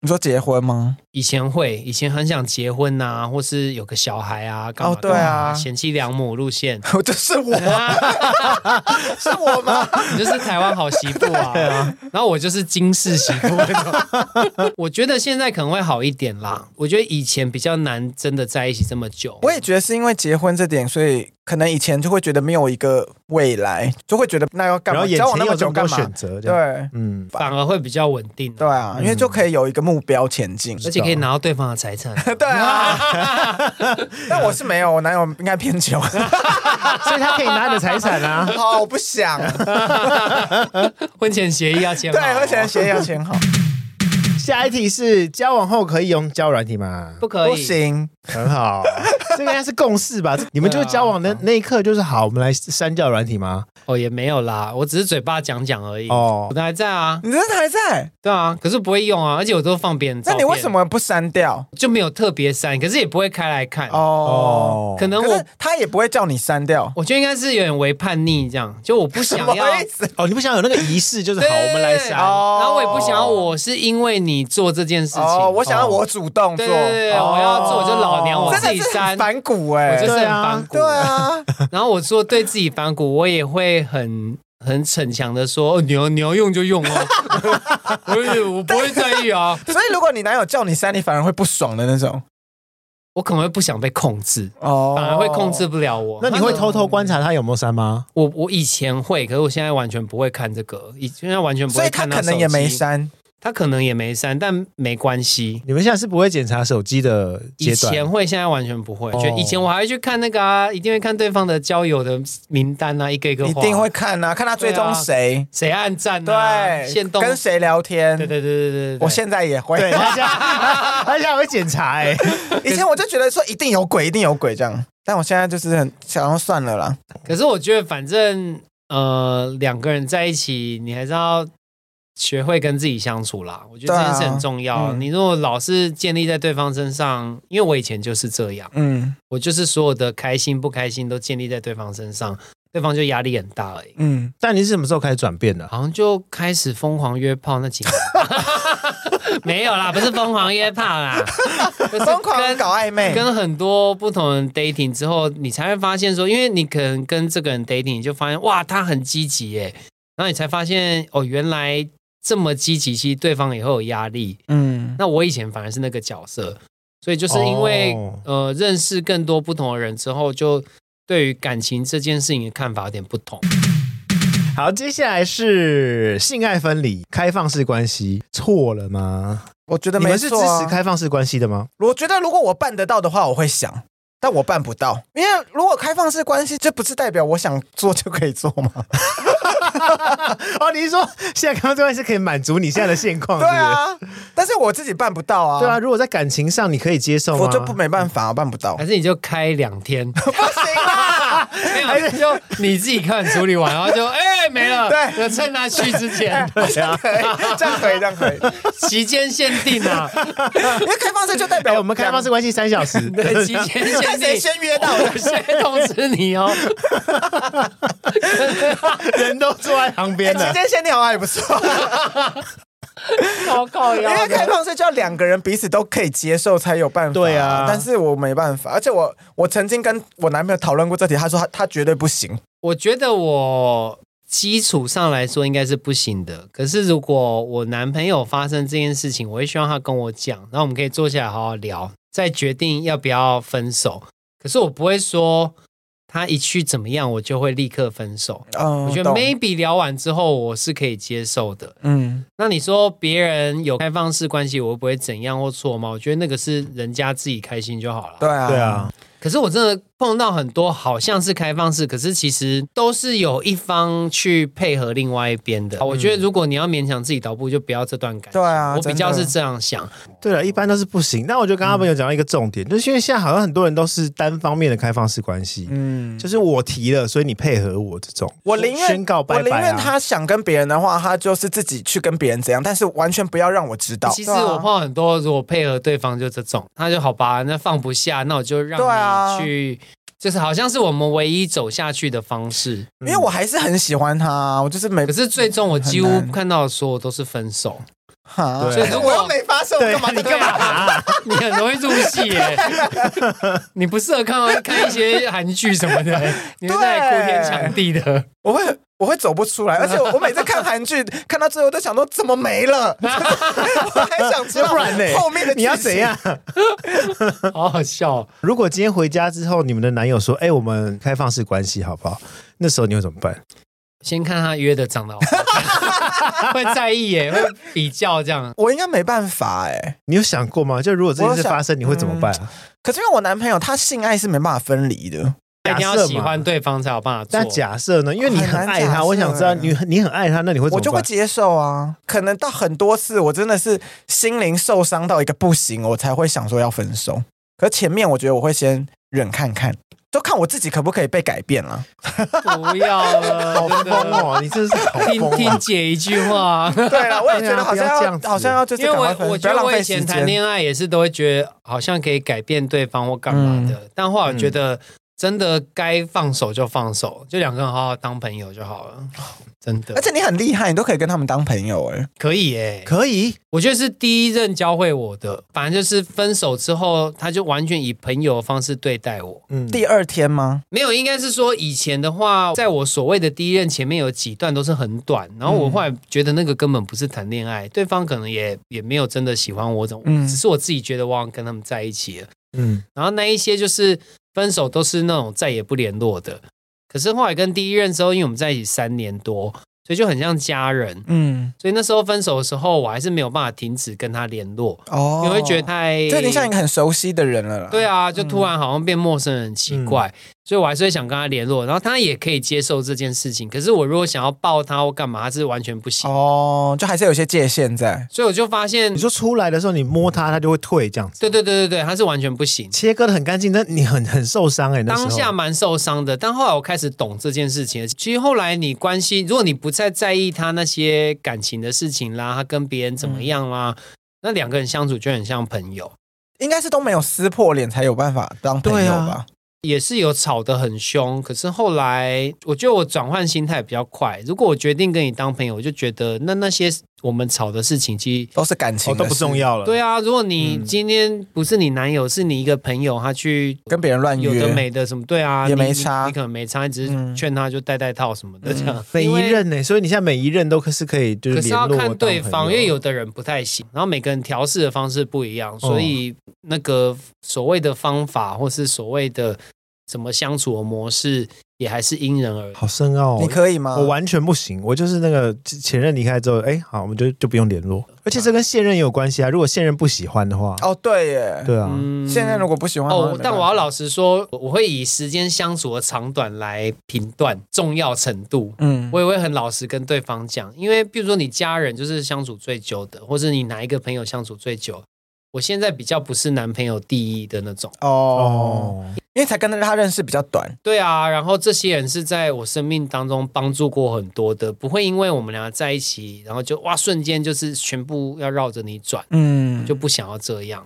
[SPEAKER 3] 你说结婚吗？
[SPEAKER 4] 以前会，以前很想结婚呐、或是有个小孩啊，干嘛
[SPEAKER 3] 哦对啊
[SPEAKER 4] 干嘛贤妻良母路线，
[SPEAKER 3] 我就是 我， 是我吗？
[SPEAKER 4] 你就是台湾好媳妇啊，然后我就是金氏媳妇。 我觉得现在可能会好一点啦，我觉得以前比较难真的在一起这么久。
[SPEAKER 3] 我也觉得是因为结婚这点，所以可能以前就会觉得没有一个未来，就会觉得那要干
[SPEAKER 2] 然
[SPEAKER 3] 嘛？
[SPEAKER 2] 后眼
[SPEAKER 3] 交
[SPEAKER 2] 前
[SPEAKER 3] 往那么
[SPEAKER 2] 有这
[SPEAKER 3] 久
[SPEAKER 2] 么多
[SPEAKER 3] 干嘛
[SPEAKER 2] 选？择，这样，
[SPEAKER 3] 对
[SPEAKER 2] 嗯，
[SPEAKER 4] 反而会比较稳定、
[SPEAKER 3] 对，啊，因为就可以有一个目标前进。
[SPEAKER 4] 而且可以拿到对方的财产。
[SPEAKER 3] 对啊， 但我是没有，我男友应该偏 穷，
[SPEAKER 2] 所以他可以拿你的财产啊。
[SPEAKER 3] 好，我不想。
[SPEAKER 4] 婚前协议要签好哦
[SPEAKER 3] 对，而且协议要签好，
[SPEAKER 2] 下一题是交往后可以用交友软体吗？
[SPEAKER 4] 啊不可以
[SPEAKER 3] 不行，
[SPEAKER 2] 很好，啊这个应该是共识吧？你们就是交往的那一刻就是好，我们来删掉软体吗？
[SPEAKER 4] 哦，也没有啦，我只是嘴巴讲讲而已。
[SPEAKER 2] 哦
[SPEAKER 4] 我的还在啊，
[SPEAKER 3] 你真的还在？
[SPEAKER 4] 对啊，可是不会用啊，而且我都放别人照
[SPEAKER 3] 那
[SPEAKER 4] 片。
[SPEAKER 3] 你为什么不删掉？
[SPEAKER 4] 就没有特别删？可是也不会开来看。
[SPEAKER 3] 哦，
[SPEAKER 2] 哦，
[SPEAKER 4] 可能
[SPEAKER 3] 可
[SPEAKER 4] 我
[SPEAKER 3] 是他也不会叫你删掉，
[SPEAKER 4] 我觉得应该是有点为叛逆这样，就我不
[SPEAKER 3] 什
[SPEAKER 4] 想
[SPEAKER 3] 么
[SPEAKER 4] 要。
[SPEAKER 3] 意思？
[SPEAKER 2] 哦，你不想有那个仪式，就是好，
[SPEAKER 4] 对
[SPEAKER 2] 我们来删。
[SPEAKER 3] 哦
[SPEAKER 4] 然后我也不想要，我是因为你做这件事情，
[SPEAKER 3] 哦，我想要我主动
[SPEAKER 4] 对
[SPEAKER 3] 做，
[SPEAKER 4] 对对对
[SPEAKER 3] 哦
[SPEAKER 4] 我要做我就老娘我自
[SPEAKER 3] 真
[SPEAKER 4] 己
[SPEAKER 3] 的是很
[SPEAKER 4] 删
[SPEAKER 3] 反骨
[SPEAKER 4] 我
[SPEAKER 3] 哎
[SPEAKER 4] 就，是
[SPEAKER 2] 对
[SPEAKER 4] 很
[SPEAKER 2] 啊
[SPEAKER 4] 反骨。
[SPEAKER 3] 对啊，
[SPEAKER 4] 然后我说对自己反骨，我也会很很逞强的说，哦你要你要用就用哦，我也我不会在意啊，
[SPEAKER 3] 所以如果你男友叫你删，你反而会不爽的那种，
[SPEAKER 4] 我可能会不想被控制，
[SPEAKER 3] 哦
[SPEAKER 4] 反而会控制。不了我。
[SPEAKER 2] 那你会偷偷观察他有没有删吗？
[SPEAKER 4] 我我以前会，可是我现在完全不会看这个，以现在完全不
[SPEAKER 3] 所
[SPEAKER 4] 会
[SPEAKER 3] 以他
[SPEAKER 4] 看
[SPEAKER 3] 可
[SPEAKER 4] 手
[SPEAKER 3] 能也没
[SPEAKER 4] 机，
[SPEAKER 3] 删，
[SPEAKER 4] 他可能也没删，但没关系。
[SPEAKER 2] 你们现在是不会检查手机的
[SPEAKER 4] 以
[SPEAKER 2] 阶
[SPEAKER 4] 前
[SPEAKER 2] 段，
[SPEAKER 4] 会，现在完全不会。
[SPEAKER 2] 哦
[SPEAKER 4] 就以前我还会去看那个啊，一定会看对方的交友的名单啊，一个一个
[SPEAKER 3] 一
[SPEAKER 4] 划
[SPEAKER 3] 定会看啊，看他追踪谁，
[SPEAKER 4] 谁按赞啊，
[SPEAKER 3] 对，
[SPEAKER 4] 限动
[SPEAKER 3] 跟谁聊天，
[SPEAKER 4] 对对对对对对，
[SPEAKER 3] 我现在也会，
[SPEAKER 2] 对，他现在他现在还会检查哎、
[SPEAKER 3] 以前我就觉得说一定有鬼，一定有鬼这样，但我现在就是很想要算了啦。
[SPEAKER 4] 可是我觉得反正呃两个人在一起，你还是要。学会跟自己相处啦，我觉得
[SPEAKER 3] 对
[SPEAKER 4] 这
[SPEAKER 3] 啊
[SPEAKER 4] 件事很重要。
[SPEAKER 3] 嗯
[SPEAKER 4] 你如果老是建立在对方身上，因为我以前就是这样，
[SPEAKER 3] 嗯
[SPEAKER 4] 我就是所有的开心不开心都建立在对方身上，对方就压力很大而已。
[SPEAKER 3] 嗯，
[SPEAKER 2] 但你是什么时候开始转变的？
[SPEAKER 4] 好像就开始疯狂约炮那几年， 没有啦，不是疯狂约炮啦，就是
[SPEAKER 3] 疯狂
[SPEAKER 4] 跟
[SPEAKER 3] 搞暧昧，
[SPEAKER 4] 跟很多不同人 dating 之后，你才会发现说，因为你可能跟这个人 dating，你就发现哇，他很积极耶，然后你才发现哦，原来这么积极，其实对方也会有压力。
[SPEAKER 3] 嗯
[SPEAKER 4] 那我以前反而是那个角色，所以就是因为、
[SPEAKER 2] 哦
[SPEAKER 4] 呃认识更多不同的人之后，就对于感情这件事情的看法有点不 同。
[SPEAKER 2] 好，接下来是性爱分离、开放式关系，错了吗？
[SPEAKER 3] 我觉得
[SPEAKER 2] 你
[SPEAKER 3] 没
[SPEAKER 2] 们是支
[SPEAKER 3] 错、啊。
[SPEAKER 2] 持开放式关系的吗？
[SPEAKER 3] 我觉得如果我办得到的话，我会想。但我办不到，因为如果开放式关系，这不是代表我想做就可以做吗？
[SPEAKER 2] 哦，你是说现在开放式关系是可以满足你现在的现况？
[SPEAKER 3] 对
[SPEAKER 2] 是不是，
[SPEAKER 3] 啊，但是我自己办不到啊。
[SPEAKER 2] 对啊，，如果在感情上你可以接受吗？
[SPEAKER 3] 我就不没办法，我 办不到
[SPEAKER 4] 还。是你就开 两天，
[SPEAKER 3] 不行啊！
[SPEAKER 4] 没有就你自己看处理完，然后就哎、没了，
[SPEAKER 3] 对
[SPEAKER 4] 就趁他去之 前，
[SPEAKER 3] 这样可以，这样可以，这样可以。
[SPEAKER 4] 期间限定啊，
[SPEAKER 3] 因为开放式就代
[SPEAKER 2] 哎、
[SPEAKER 3] 表
[SPEAKER 2] 我们开放式关系三小 时，
[SPEAKER 4] 对，期间限定，
[SPEAKER 3] 看谁先约到的
[SPEAKER 4] 我先通知 你哦。
[SPEAKER 2] 人都坐在旁边
[SPEAKER 3] 哎，
[SPEAKER 2] 了
[SPEAKER 3] 期。间限定好像也不错，
[SPEAKER 4] 好靠
[SPEAKER 3] 因
[SPEAKER 4] 腰
[SPEAKER 3] 为开放式就要两个人彼此都可以接受才有办法。
[SPEAKER 2] 啊对啊
[SPEAKER 3] 但是我没办法，而且我我曾经跟我男朋友讨论过这题，他说他他绝对不行。
[SPEAKER 4] 我觉得我基础上来说应该是不行的，可是如果我男朋友发生这件事情，我会希望他跟我讲，然后我们可以坐下来好好聊，再决定要不要分手。可是我不会说他一去怎么样，我就会立刻分手。
[SPEAKER 3] 嗯
[SPEAKER 4] 我觉得
[SPEAKER 3] 懂
[SPEAKER 4] maybe 聊完之后，我是可以接受的。
[SPEAKER 3] 嗯，
[SPEAKER 4] 那你说别人有开放式关系，我会不会怎样或错吗？我觉得那个是人家自己开心就好了。
[SPEAKER 3] 对啊，
[SPEAKER 2] 对，啊，
[SPEAKER 4] 可是我真的碰到很多好像是开放式，可是其实都是有一方去配合另外一边的。我觉得如果你要勉强自己倒步，就不要这段感情。
[SPEAKER 3] 嗯对啊
[SPEAKER 4] 我比较
[SPEAKER 3] 真的
[SPEAKER 4] 是这样想。
[SPEAKER 2] 对了，一般都是不行。那我觉得刚刚朋友讲到一个重点，就是因为现在好像很多人都是单方面的开放式关系，
[SPEAKER 3] 嗯，
[SPEAKER 2] 就是我提了，所以你配合我这种。
[SPEAKER 3] 我宁愿
[SPEAKER 2] 宣告拜拜、啊、
[SPEAKER 3] 我宁愿他想跟别人的话，他就是自己去跟别人怎样，但是完全不要让我知道。
[SPEAKER 4] 其实
[SPEAKER 3] 对啊
[SPEAKER 4] 我碰到很多，如果配合对方就这种，那就好吧，那放不下，那我就让
[SPEAKER 3] 对啊
[SPEAKER 4] 你去，就是好像是我们唯一走下去的方式。
[SPEAKER 3] 因为我还是很喜欢他，我就是没
[SPEAKER 4] 可是最终我几乎
[SPEAKER 3] 很难
[SPEAKER 4] 看到的所有都是分手，
[SPEAKER 3] 哈，
[SPEAKER 2] 对
[SPEAKER 4] 所以如
[SPEAKER 3] 我
[SPEAKER 4] 果
[SPEAKER 3] 又没发生，我干嘛？
[SPEAKER 4] 你干嘛、
[SPEAKER 2] 啊
[SPEAKER 4] 你很容易入戏耶，你不适合看看一些韩剧什 么的，你是在哭天抢地的。
[SPEAKER 3] 我会我会走不出来，而且我我每次看韩剧看到最后都想说怎么没了， 我还想知道
[SPEAKER 2] 要不然呢？
[SPEAKER 3] 后 面的剧情
[SPEAKER 2] 你要怎？样？
[SPEAKER 4] 好好笑哦、
[SPEAKER 2] 如果今天回家之后，你们的男友说：“哎、我们开放式关系好不好？”那时候你会怎么办？
[SPEAKER 4] 先看他约的长得好 不好看，会在意耶，会比较这样。
[SPEAKER 3] 我应该没办法哎、
[SPEAKER 2] 你有想过吗？就如果这件事
[SPEAKER 3] 我有想
[SPEAKER 2] 发生，你会怎么办
[SPEAKER 4] 嗯
[SPEAKER 2] 啊？
[SPEAKER 3] 可是因为我男朋友他性爱是没办法分离的，
[SPEAKER 4] 一定
[SPEAKER 2] 假设
[SPEAKER 4] 要
[SPEAKER 2] 嘛
[SPEAKER 4] 喜欢对方才有办法做。
[SPEAKER 2] 但假设呢？因为你很爱
[SPEAKER 3] 很难假
[SPEAKER 2] 他，
[SPEAKER 3] 设
[SPEAKER 2] 我想知道你你很爱他，那你会怎
[SPEAKER 3] 我
[SPEAKER 2] 么
[SPEAKER 3] 就
[SPEAKER 2] 办？
[SPEAKER 3] 会接受啊。可能到很多次，我真的是心灵受伤到一个不行，我才会想说要分手。可前面我觉得我会先忍看看，就看我自己可不可以被改变了。
[SPEAKER 4] 不要了，
[SPEAKER 2] 好
[SPEAKER 4] 真
[SPEAKER 2] 疯
[SPEAKER 4] 的。
[SPEAKER 2] 哦！你 真的是好
[SPEAKER 4] 听
[SPEAKER 2] 疯
[SPEAKER 4] 听
[SPEAKER 2] 哦！
[SPEAKER 4] 姐一句话，
[SPEAKER 3] 对了，我也觉得好像
[SPEAKER 2] 对啊不要
[SPEAKER 3] 要
[SPEAKER 2] 这样子
[SPEAKER 3] 好像要就是
[SPEAKER 4] 因为
[SPEAKER 3] 赶快分
[SPEAKER 4] 我我
[SPEAKER 3] 不
[SPEAKER 4] 觉
[SPEAKER 3] 要
[SPEAKER 4] 得
[SPEAKER 3] 浪
[SPEAKER 4] 我以
[SPEAKER 3] 费时
[SPEAKER 4] 前谈
[SPEAKER 3] 间。
[SPEAKER 4] 恋爱也是都会觉得好像可以改变对方或干嘛
[SPEAKER 3] 嗯
[SPEAKER 4] 的，但后来我觉得真的该放手就放手，就两个人好好当朋友就好了，真的
[SPEAKER 3] 而且你很厉害，你都可以跟他们当朋友哎、
[SPEAKER 4] 可以耶、
[SPEAKER 2] 可以，
[SPEAKER 4] 我觉得是第一任教会我的，反正就是分手之后，他就完全以朋友的方式对待我。
[SPEAKER 2] 嗯，
[SPEAKER 3] 第二天吗？
[SPEAKER 4] 没有，应该是说以前的话，在我所谓的第一任前面有几段都是很短，然后
[SPEAKER 3] 嗯
[SPEAKER 4] 我后来觉得那个根本不是谈恋爱，对方可能也也没有真的喜欢我，怎么、
[SPEAKER 3] 嗯
[SPEAKER 4] 只是我自己觉得我好像跟他们在一起了。
[SPEAKER 2] 嗯，
[SPEAKER 4] 然后那一些就是分手都是那种再也不联络的，可是后来跟第一任之后，因为我们在一起三年多，所以就很像家人，
[SPEAKER 3] 嗯，
[SPEAKER 4] 所以那时候分手的时候，我还是没有办法停止跟他联络，
[SPEAKER 3] 哦，
[SPEAKER 4] 因为觉得太
[SPEAKER 3] 就已经像一个很熟悉的人了啦。
[SPEAKER 4] 对，啊，就突然好像变陌生人，很奇怪，
[SPEAKER 2] 嗯
[SPEAKER 4] 所以我还是会想跟他联络，然后他也可以接受这件事情。可是我如果想要抱他或干嘛，他是完全不行，
[SPEAKER 3] 哦，就还是有一些界限在。
[SPEAKER 4] 所以我就发现
[SPEAKER 2] 你，说出来的时候你摸他，他就会退这样子，
[SPEAKER 4] 对对对对对，他是完全不行。
[SPEAKER 2] 切割的很干净，但你很很受伤哎、那时候
[SPEAKER 4] 当下蛮受伤的，但后来我开始懂这件事情了。其实后来你关心，如果你不再在意他那些感情的事情啦，他跟别人
[SPEAKER 2] 嗯
[SPEAKER 4] 怎么样啦，那两个人相处就很像朋友，
[SPEAKER 3] 应该是都没有撕破脸才有办法当朋友吧？
[SPEAKER 4] 也是有吵得很凶，可是后来我觉得我转换心态比较快。如果我决定跟你当朋友，我就觉得那那些我们吵的事情，其实
[SPEAKER 3] 都是感情、
[SPEAKER 2] 哦都不重，要了，
[SPEAKER 4] 对啊，如果你
[SPEAKER 2] 嗯
[SPEAKER 4] 今天不是你男友，是你一个朋友，他去
[SPEAKER 3] 跟别人乱约。
[SPEAKER 4] 有的没的什么，对啊，
[SPEAKER 3] 也
[SPEAKER 4] 你
[SPEAKER 3] 没
[SPEAKER 4] 你
[SPEAKER 3] 差
[SPEAKER 4] 你可能没差，你只是
[SPEAKER 3] 嗯
[SPEAKER 4] 劝他就戴戴套什么的这 样。
[SPEAKER 2] 啊每嗯
[SPEAKER 4] 因
[SPEAKER 2] 一
[SPEAKER 4] 为
[SPEAKER 2] 任呢、所以你现在每一任都是可以就是
[SPEAKER 4] 可是
[SPEAKER 2] 联
[SPEAKER 4] 要
[SPEAKER 2] 络
[SPEAKER 4] 看对
[SPEAKER 2] 当
[SPEAKER 4] 方，
[SPEAKER 2] 朋
[SPEAKER 4] 因
[SPEAKER 2] 友
[SPEAKER 4] 为有的人不太行，然后每个人调试的方式不一样，所以那个所谓的方法或是所谓的怎么相处的模式，也还是因人而异。
[SPEAKER 2] 好深奥、哦，
[SPEAKER 3] 你可以吗？
[SPEAKER 2] 我完全不行，我就是那个前任离开之后，哎、好，我们就就不用联络，而且这跟现任也有关系啊。如果现任不喜欢的话，
[SPEAKER 3] 哦，对耶，
[SPEAKER 2] 对啊，
[SPEAKER 4] 嗯
[SPEAKER 3] 现在如果不喜欢好像
[SPEAKER 4] 哦
[SPEAKER 3] 没，办
[SPEAKER 4] 但
[SPEAKER 3] 法
[SPEAKER 4] 我要老实说，我我会以时间相处的长短来评断重要程度。
[SPEAKER 3] 嗯，
[SPEAKER 4] 我也会很老实跟对方讲，因为比如说你家人就是相处最久的，或是你哪一个朋友相处最久，我现在比较不是男朋友第一的那种。
[SPEAKER 3] 哦，
[SPEAKER 2] 哦，
[SPEAKER 3] 因为才跟他认识比较短，
[SPEAKER 4] 对啊，然后这些人是在我生命当中帮助过很多的，不会因为我们俩在一起，然后就哇瞬间就是全部要绕着你转，
[SPEAKER 3] 嗯，
[SPEAKER 4] 就不想要这样。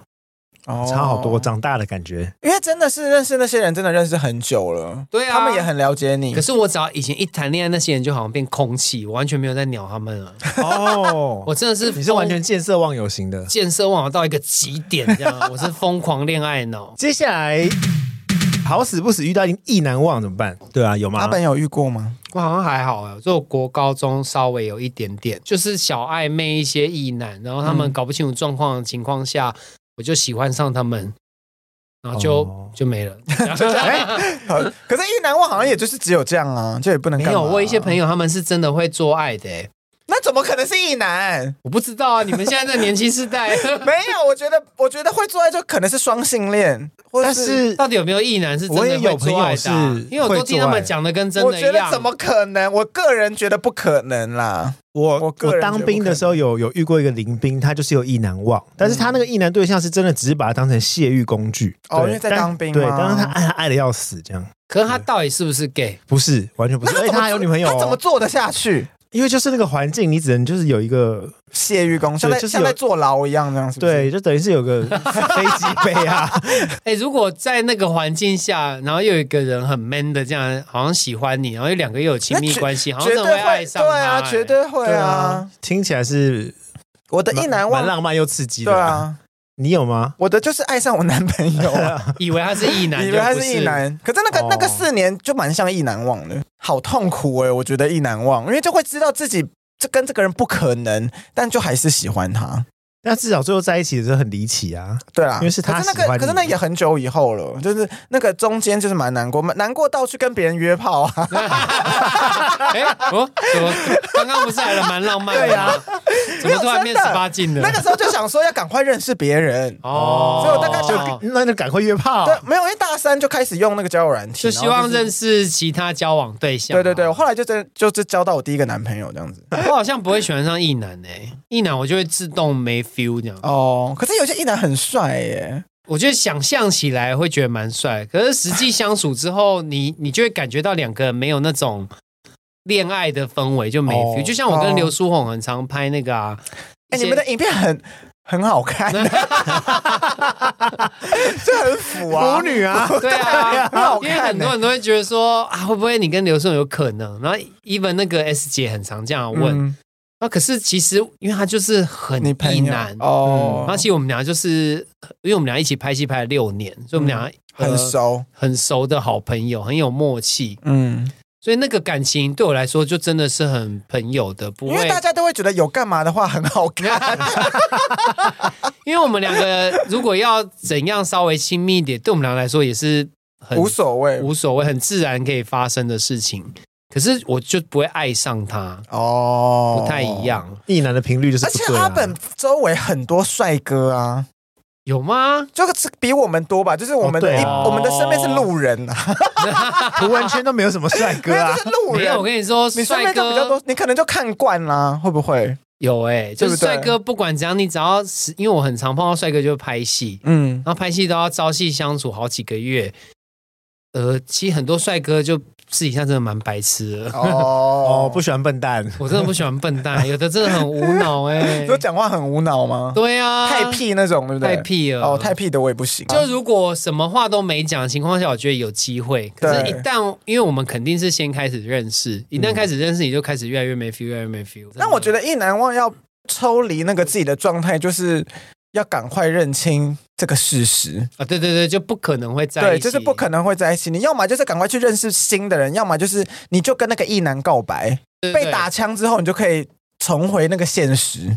[SPEAKER 3] 哦
[SPEAKER 2] 差好多，长大的感觉。
[SPEAKER 3] 因为真的是认识那些人，真的认识很久了，
[SPEAKER 4] 对啊
[SPEAKER 3] 他们也很了解你。
[SPEAKER 4] 可是我只要以前一谈恋爱，那些人就好像变空气，我完全没有在鸟他们了。
[SPEAKER 2] 哦，
[SPEAKER 4] 我真的是
[SPEAKER 2] 你是完全见色忘友型的。
[SPEAKER 4] 见色忘友到一个极点，这 样我是疯狂恋爱脑。
[SPEAKER 2] 接下来好死不死遇到意难忘怎么办？对啊，有
[SPEAKER 3] 阿
[SPEAKER 2] 吗？
[SPEAKER 3] 本有遇过吗？
[SPEAKER 4] 我好像还好哎，就国高中稍微有一点点，就是小暧昧一嗯些意男，然后他们搞不清楚状况的情况下，我就喜欢上他们。然后就、
[SPEAKER 2] 哦
[SPEAKER 4] 就 没了。哎
[SPEAKER 3] 好 可是意难忘好像也就是只有这样啊，就也不能
[SPEAKER 4] 没
[SPEAKER 3] 干嘛
[SPEAKER 4] 有，我有一些朋友他们是真的会做爱的、欸，
[SPEAKER 3] 那怎么可能是意难？
[SPEAKER 4] 我不知道啊，你们现在这年轻世代，
[SPEAKER 3] 没有，我觉得我觉得会做爱就可能是双性恋，或
[SPEAKER 2] 但
[SPEAKER 3] 是
[SPEAKER 2] 是
[SPEAKER 4] 到底有没有异男是真
[SPEAKER 2] 我
[SPEAKER 4] 的
[SPEAKER 2] 也
[SPEAKER 4] 会
[SPEAKER 2] 有
[SPEAKER 4] 做爱的啊、
[SPEAKER 2] 朋友是
[SPEAKER 4] 因为我都听他
[SPEAKER 2] 会做爱
[SPEAKER 4] 们讲的跟真
[SPEAKER 3] 我
[SPEAKER 4] 的一
[SPEAKER 3] 觉得
[SPEAKER 4] 样。
[SPEAKER 3] 怎么可能？我个人觉得不可能啦。
[SPEAKER 2] 我
[SPEAKER 3] 我个人觉得
[SPEAKER 2] 当兵的时候有有遇过一个林兵，他就是有意难忘，但是他那个意难对象是真的只是把他当成泄欲工具。
[SPEAKER 3] 哦
[SPEAKER 2] 对
[SPEAKER 3] 因为在
[SPEAKER 2] 但
[SPEAKER 3] 当兵
[SPEAKER 2] 对，
[SPEAKER 3] 吗
[SPEAKER 2] 但是他爱他爱的要死，这样
[SPEAKER 4] 可是他到底是不是 gay？
[SPEAKER 2] 不是完全不是，
[SPEAKER 3] 那
[SPEAKER 2] 而且
[SPEAKER 3] 怎么
[SPEAKER 2] 他还有女朋友哦、
[SPEAKER 3] 他怎么做得下去？
[SPEAKER 2] 因为就是那个环境，你只能就是有一个
[SPEAKER 3] 泄欲功，像
[SPEAKER 2] 对
[SPEAKER 3] 在
[SPEAKER 2] 就是
[SPEAKER 3] 像
[SPEAKER 2] 有
[SPEAKER 3] 在坐牢一样，这样是不是？
[SPEAKER 2] 对，就等于是有 个飞机杯啊，
[SPEAKER 4] 哎、如果在那个环境下，然后又有一个人很 man 的这样，好像喜欢你，然后有两个又有亲密
[SPEAKER 3] 那绝
[SPEAKER 4] 关 系，好像
[SPEAKER 3] 绝
[SPEAKER 4] 真的
[SPEAKER 3] 对
[SPEAKER 4] 爱
[SPEAKER 3] 会，
[SPEAKER 4] 上
[SPEAKER 3] 对
[SPEAKER 4] 他、
[SPEAKER 3] 啊，
[SPEAKER 4] 欸
[SPEAKER 3] 绝对会
[SPEAKER 2] 对
[SPEAKER 3] 啊。，
[SPEAKER 2] 听起来是
[SPEAKER 3] 我的意难
[SPEAKER 2] 蛮
[SPEAKER 3] 忘，
[SPEAKER 2] 浪漫又刺激的。
[SPEAKER 3] 对，啊，
[SPEAKER 2] 你有吗？
[SPEAKER 3] 我的就是爱上我男朋友啊，
[SPEAKER 4] 以为他是 异男，
[SPEAKER 3] 以为他
[SPEAKER 4] 就不
[SPEAKER 3] 是
[SPEAKER 4] 是
[SPEAKER 3] 意。男，可是那个
[SPEAKER 2] 哦
[SPEAKER 3] 那个四年就蛮像意难忘的，好痛苦哎，我觉得意难忘，因为就会知道自己这跟这个人不可能，但就还是喜欢他。
[SPEAKER 2] 那至少最后在一起的时候很离奇啊。
[SPEAKER 3] 对啊，
[SPEAKER 2] 因为是他
[SPEAKER 3] 可是那
[SPEAKER 2] 喜欢
[SPEAKER 3] 个，
[SPEAKER 2] 你
[SPEAKER 3] 可是那也很久以后了，就是那个中间就是蛮难过，蛮难过到去跟别人约炮啊，
[SPEAKER 4] 哎、我怎么刚刚不是来了蛮浪漫的吗？怎么突然
[SPEAKER 3] 啊没有真
[SPEAKER 4] 变
[SPEAKER 3] 的
[SPEAKER 4] 十八禁了？
[SPEAKER 3] 那个时候就想说要赶快认识别人，
[SPEAKER 4] 啊哦，
[SPEAKER 3] 所以我大概
[SPEAKER 4] 就
[SPEAKER 2] 那就赶快约炮。
[SPEAKER 3] 对，没有，因为大三就开始用那个交友软体，
[SPEAKER 4] 就希望
[SPEAKER 3] 识。
[SPEAKER 4] 认识其他交往对象、啊
[SPEAKER 3] 对对对，我，后来就真就是交到我第一个男朋友这样子。
[SPEAKER 4] 我好像不会喜欢上异男诶、欸异男我就会自动没 feel 这样。
[SPEAKER 3] 哦，可是有些一男很帅耶，
[SPEAKER 4] 我觉得想象起来会觉得蛮帅，可是实际相处之后，你你就会感觉到两个人没有那种恋爱的氛围，就没
[SPEAKER 2] 哦
[SPEAKER 4] feel。就像我跟
[SPEAKER 3] 哦
[SPEAKER 4] 刘书红很常拍那个啊，
[SPEAKER 3] 哎、
[SPEAKER 4] 一些
[SPEAKER 3] 你们的影片很很 好看， 这很腐啊，
[SPEAKER 2] 腐女啊，
[SPEAKER 4] 对
[SPEAKER 3] 对
[SPEAKER 4] 啊
[SPEAKER 3] 啊很好，
[SPEAKER 4] 因
[SPEAKER 3] 看
[SPEAKER 4] 为很多人都会觉得说啊，会不会你跟刘顺有可能？然后 even 那个 S 姐很常这样问，
[SPEAKER 3] 嗯
[SPEAKER 4] 那、可是其实因为她就是很
[SPEAKER 3] 你朋
[SPEAKER 4] 意
[SPEAKER 3] 友
[SPEAKER 4] 男，
[SPEAKER 3] 哦
[SPEAKER 4] 然，后其实我们俩就是因为我们俩一起拍戏拍了六年，所以我们俩、
[SPEAKER 3] 嗯很
[SPEAKER 4] 呃
[SPEAKER 3] 熟，
[SPEAKER 4] 很熟的好朋友，很有默契，
[SPEAKER 3] 嗯，
[SPEAKER 4] 所以那个感情对我来说就真的是很朋友的，不
[SPEAKER 3] 因
[SPEAKER 4] 会，
[SPEAKER 3] 为大家都会觉得有干嘛的话很好 看，
[SPEAKER 4] 因为我们两个如果要怎样稍微亲密一点，对我们俩来说也是很
[SPEAKER 3] 无所谓
[SPEAKER 4] 无所谓，很自然可以发生的事情。可是我就不会爱上他，
[SPEAKER 3] 哦，
[SPEAKER 4] 不太一。样，
[SPEAKER 2] 异男的频率就是
[SPEAKER 3] 而
[SPEAKER 2] 不
[SPEAKER 3] 且
[SPEAKER 2] 对啊
[SPEAKER 3] 阿本周围很多帅哥啊，
[SPEAKER 4] 有吗？
[SPEAKER 3] 就是比我们多吧，就是我
[SPEAKER 2] 哦
[SPEAKER 3] 们的
[SPEAKER 2] 对
[SPEAKER 3] 一、
[SPEAKER 4] 啊
[SPEAKER 3] 我们的身边是路人啊，
[SPEAKER 2] 图文圈都没有什么帅
[SPEAKER 3] 没
[SPEAKER 2] 哥
[SPEAKER 3] 有
[SPEAKER 2] 啊
[SPEAKER 3] 就是路
[SPEAKER 4] 没有，
[SPEAKER 3] 人。
[SPEAKER 4] 我跟你说，
[SPEAKER 3] 你身
[SPEAKER 4] 帅
[SPEAKER 3] 边就比较
[SPEAKER 4] 哥
[SPEAKER 3] 多，你可能就看惯啦，会不会？
[SPEAKER 4] 有哎、就
[SPEAKER 3] 对不
[SPEAKER 4] 是
[SPEAKER 3] 对
[SPEAKER 4] 帅哥，不管怎样，你只要是因为我很常碰到帅哥，就是拍戏，
[SPEAKER 3] 嗯，
[SPEAKER 4] 然后拍戏都要朝夕相处好几个月。呃，其实很多帅哥就私底下真的蛮白痴 的，
[SPEAKER 3] 哦
[SPEAKER 2] 哦，不喜欢笨蛋。
[SPEAKER 4] 我真的不喜欢笨蛋，有的真的很无脑 哎、
[SPEAKER 3] 就讲话很无脑吗？
[SPEAKER 4] 对啊，
[SPEAKER 3] 太屁那种，对不对？
[SPEAKER 4] 太屁了，
[SPEAKER 3] 哦，太屁的我也不行。
[SPEAKER 4] 就如果什么话都没讲的情况下，我觉得有机会。可是，
[SPEAKER 3] 对嗯
[SPEAKER 4] 一旦因为我们肯定是先开始认识，一旦开始认识，你就开始越来越没 feel，越来越没 feel。
[SPEAKER 3] 但我觉
[SPEAKER 4] 得
[SPEAKER 3] 得意难忘要抽离那个自己的状态，就是要赶快认清这个事实。
[SPEAKER 4] 啊，对对对，就不可能会在一
[SPEAKER 3] 对，
[SPEAKER 4] 起
[SPEAKER 3] 就是不可。能会在一起。你要么就是赶快去认识新的人，要么就是你就跟那个意男告白，
[SPEAKER 4] 对对
[SPEAKER 3] 被打枪之后，你就可以重回那个现实，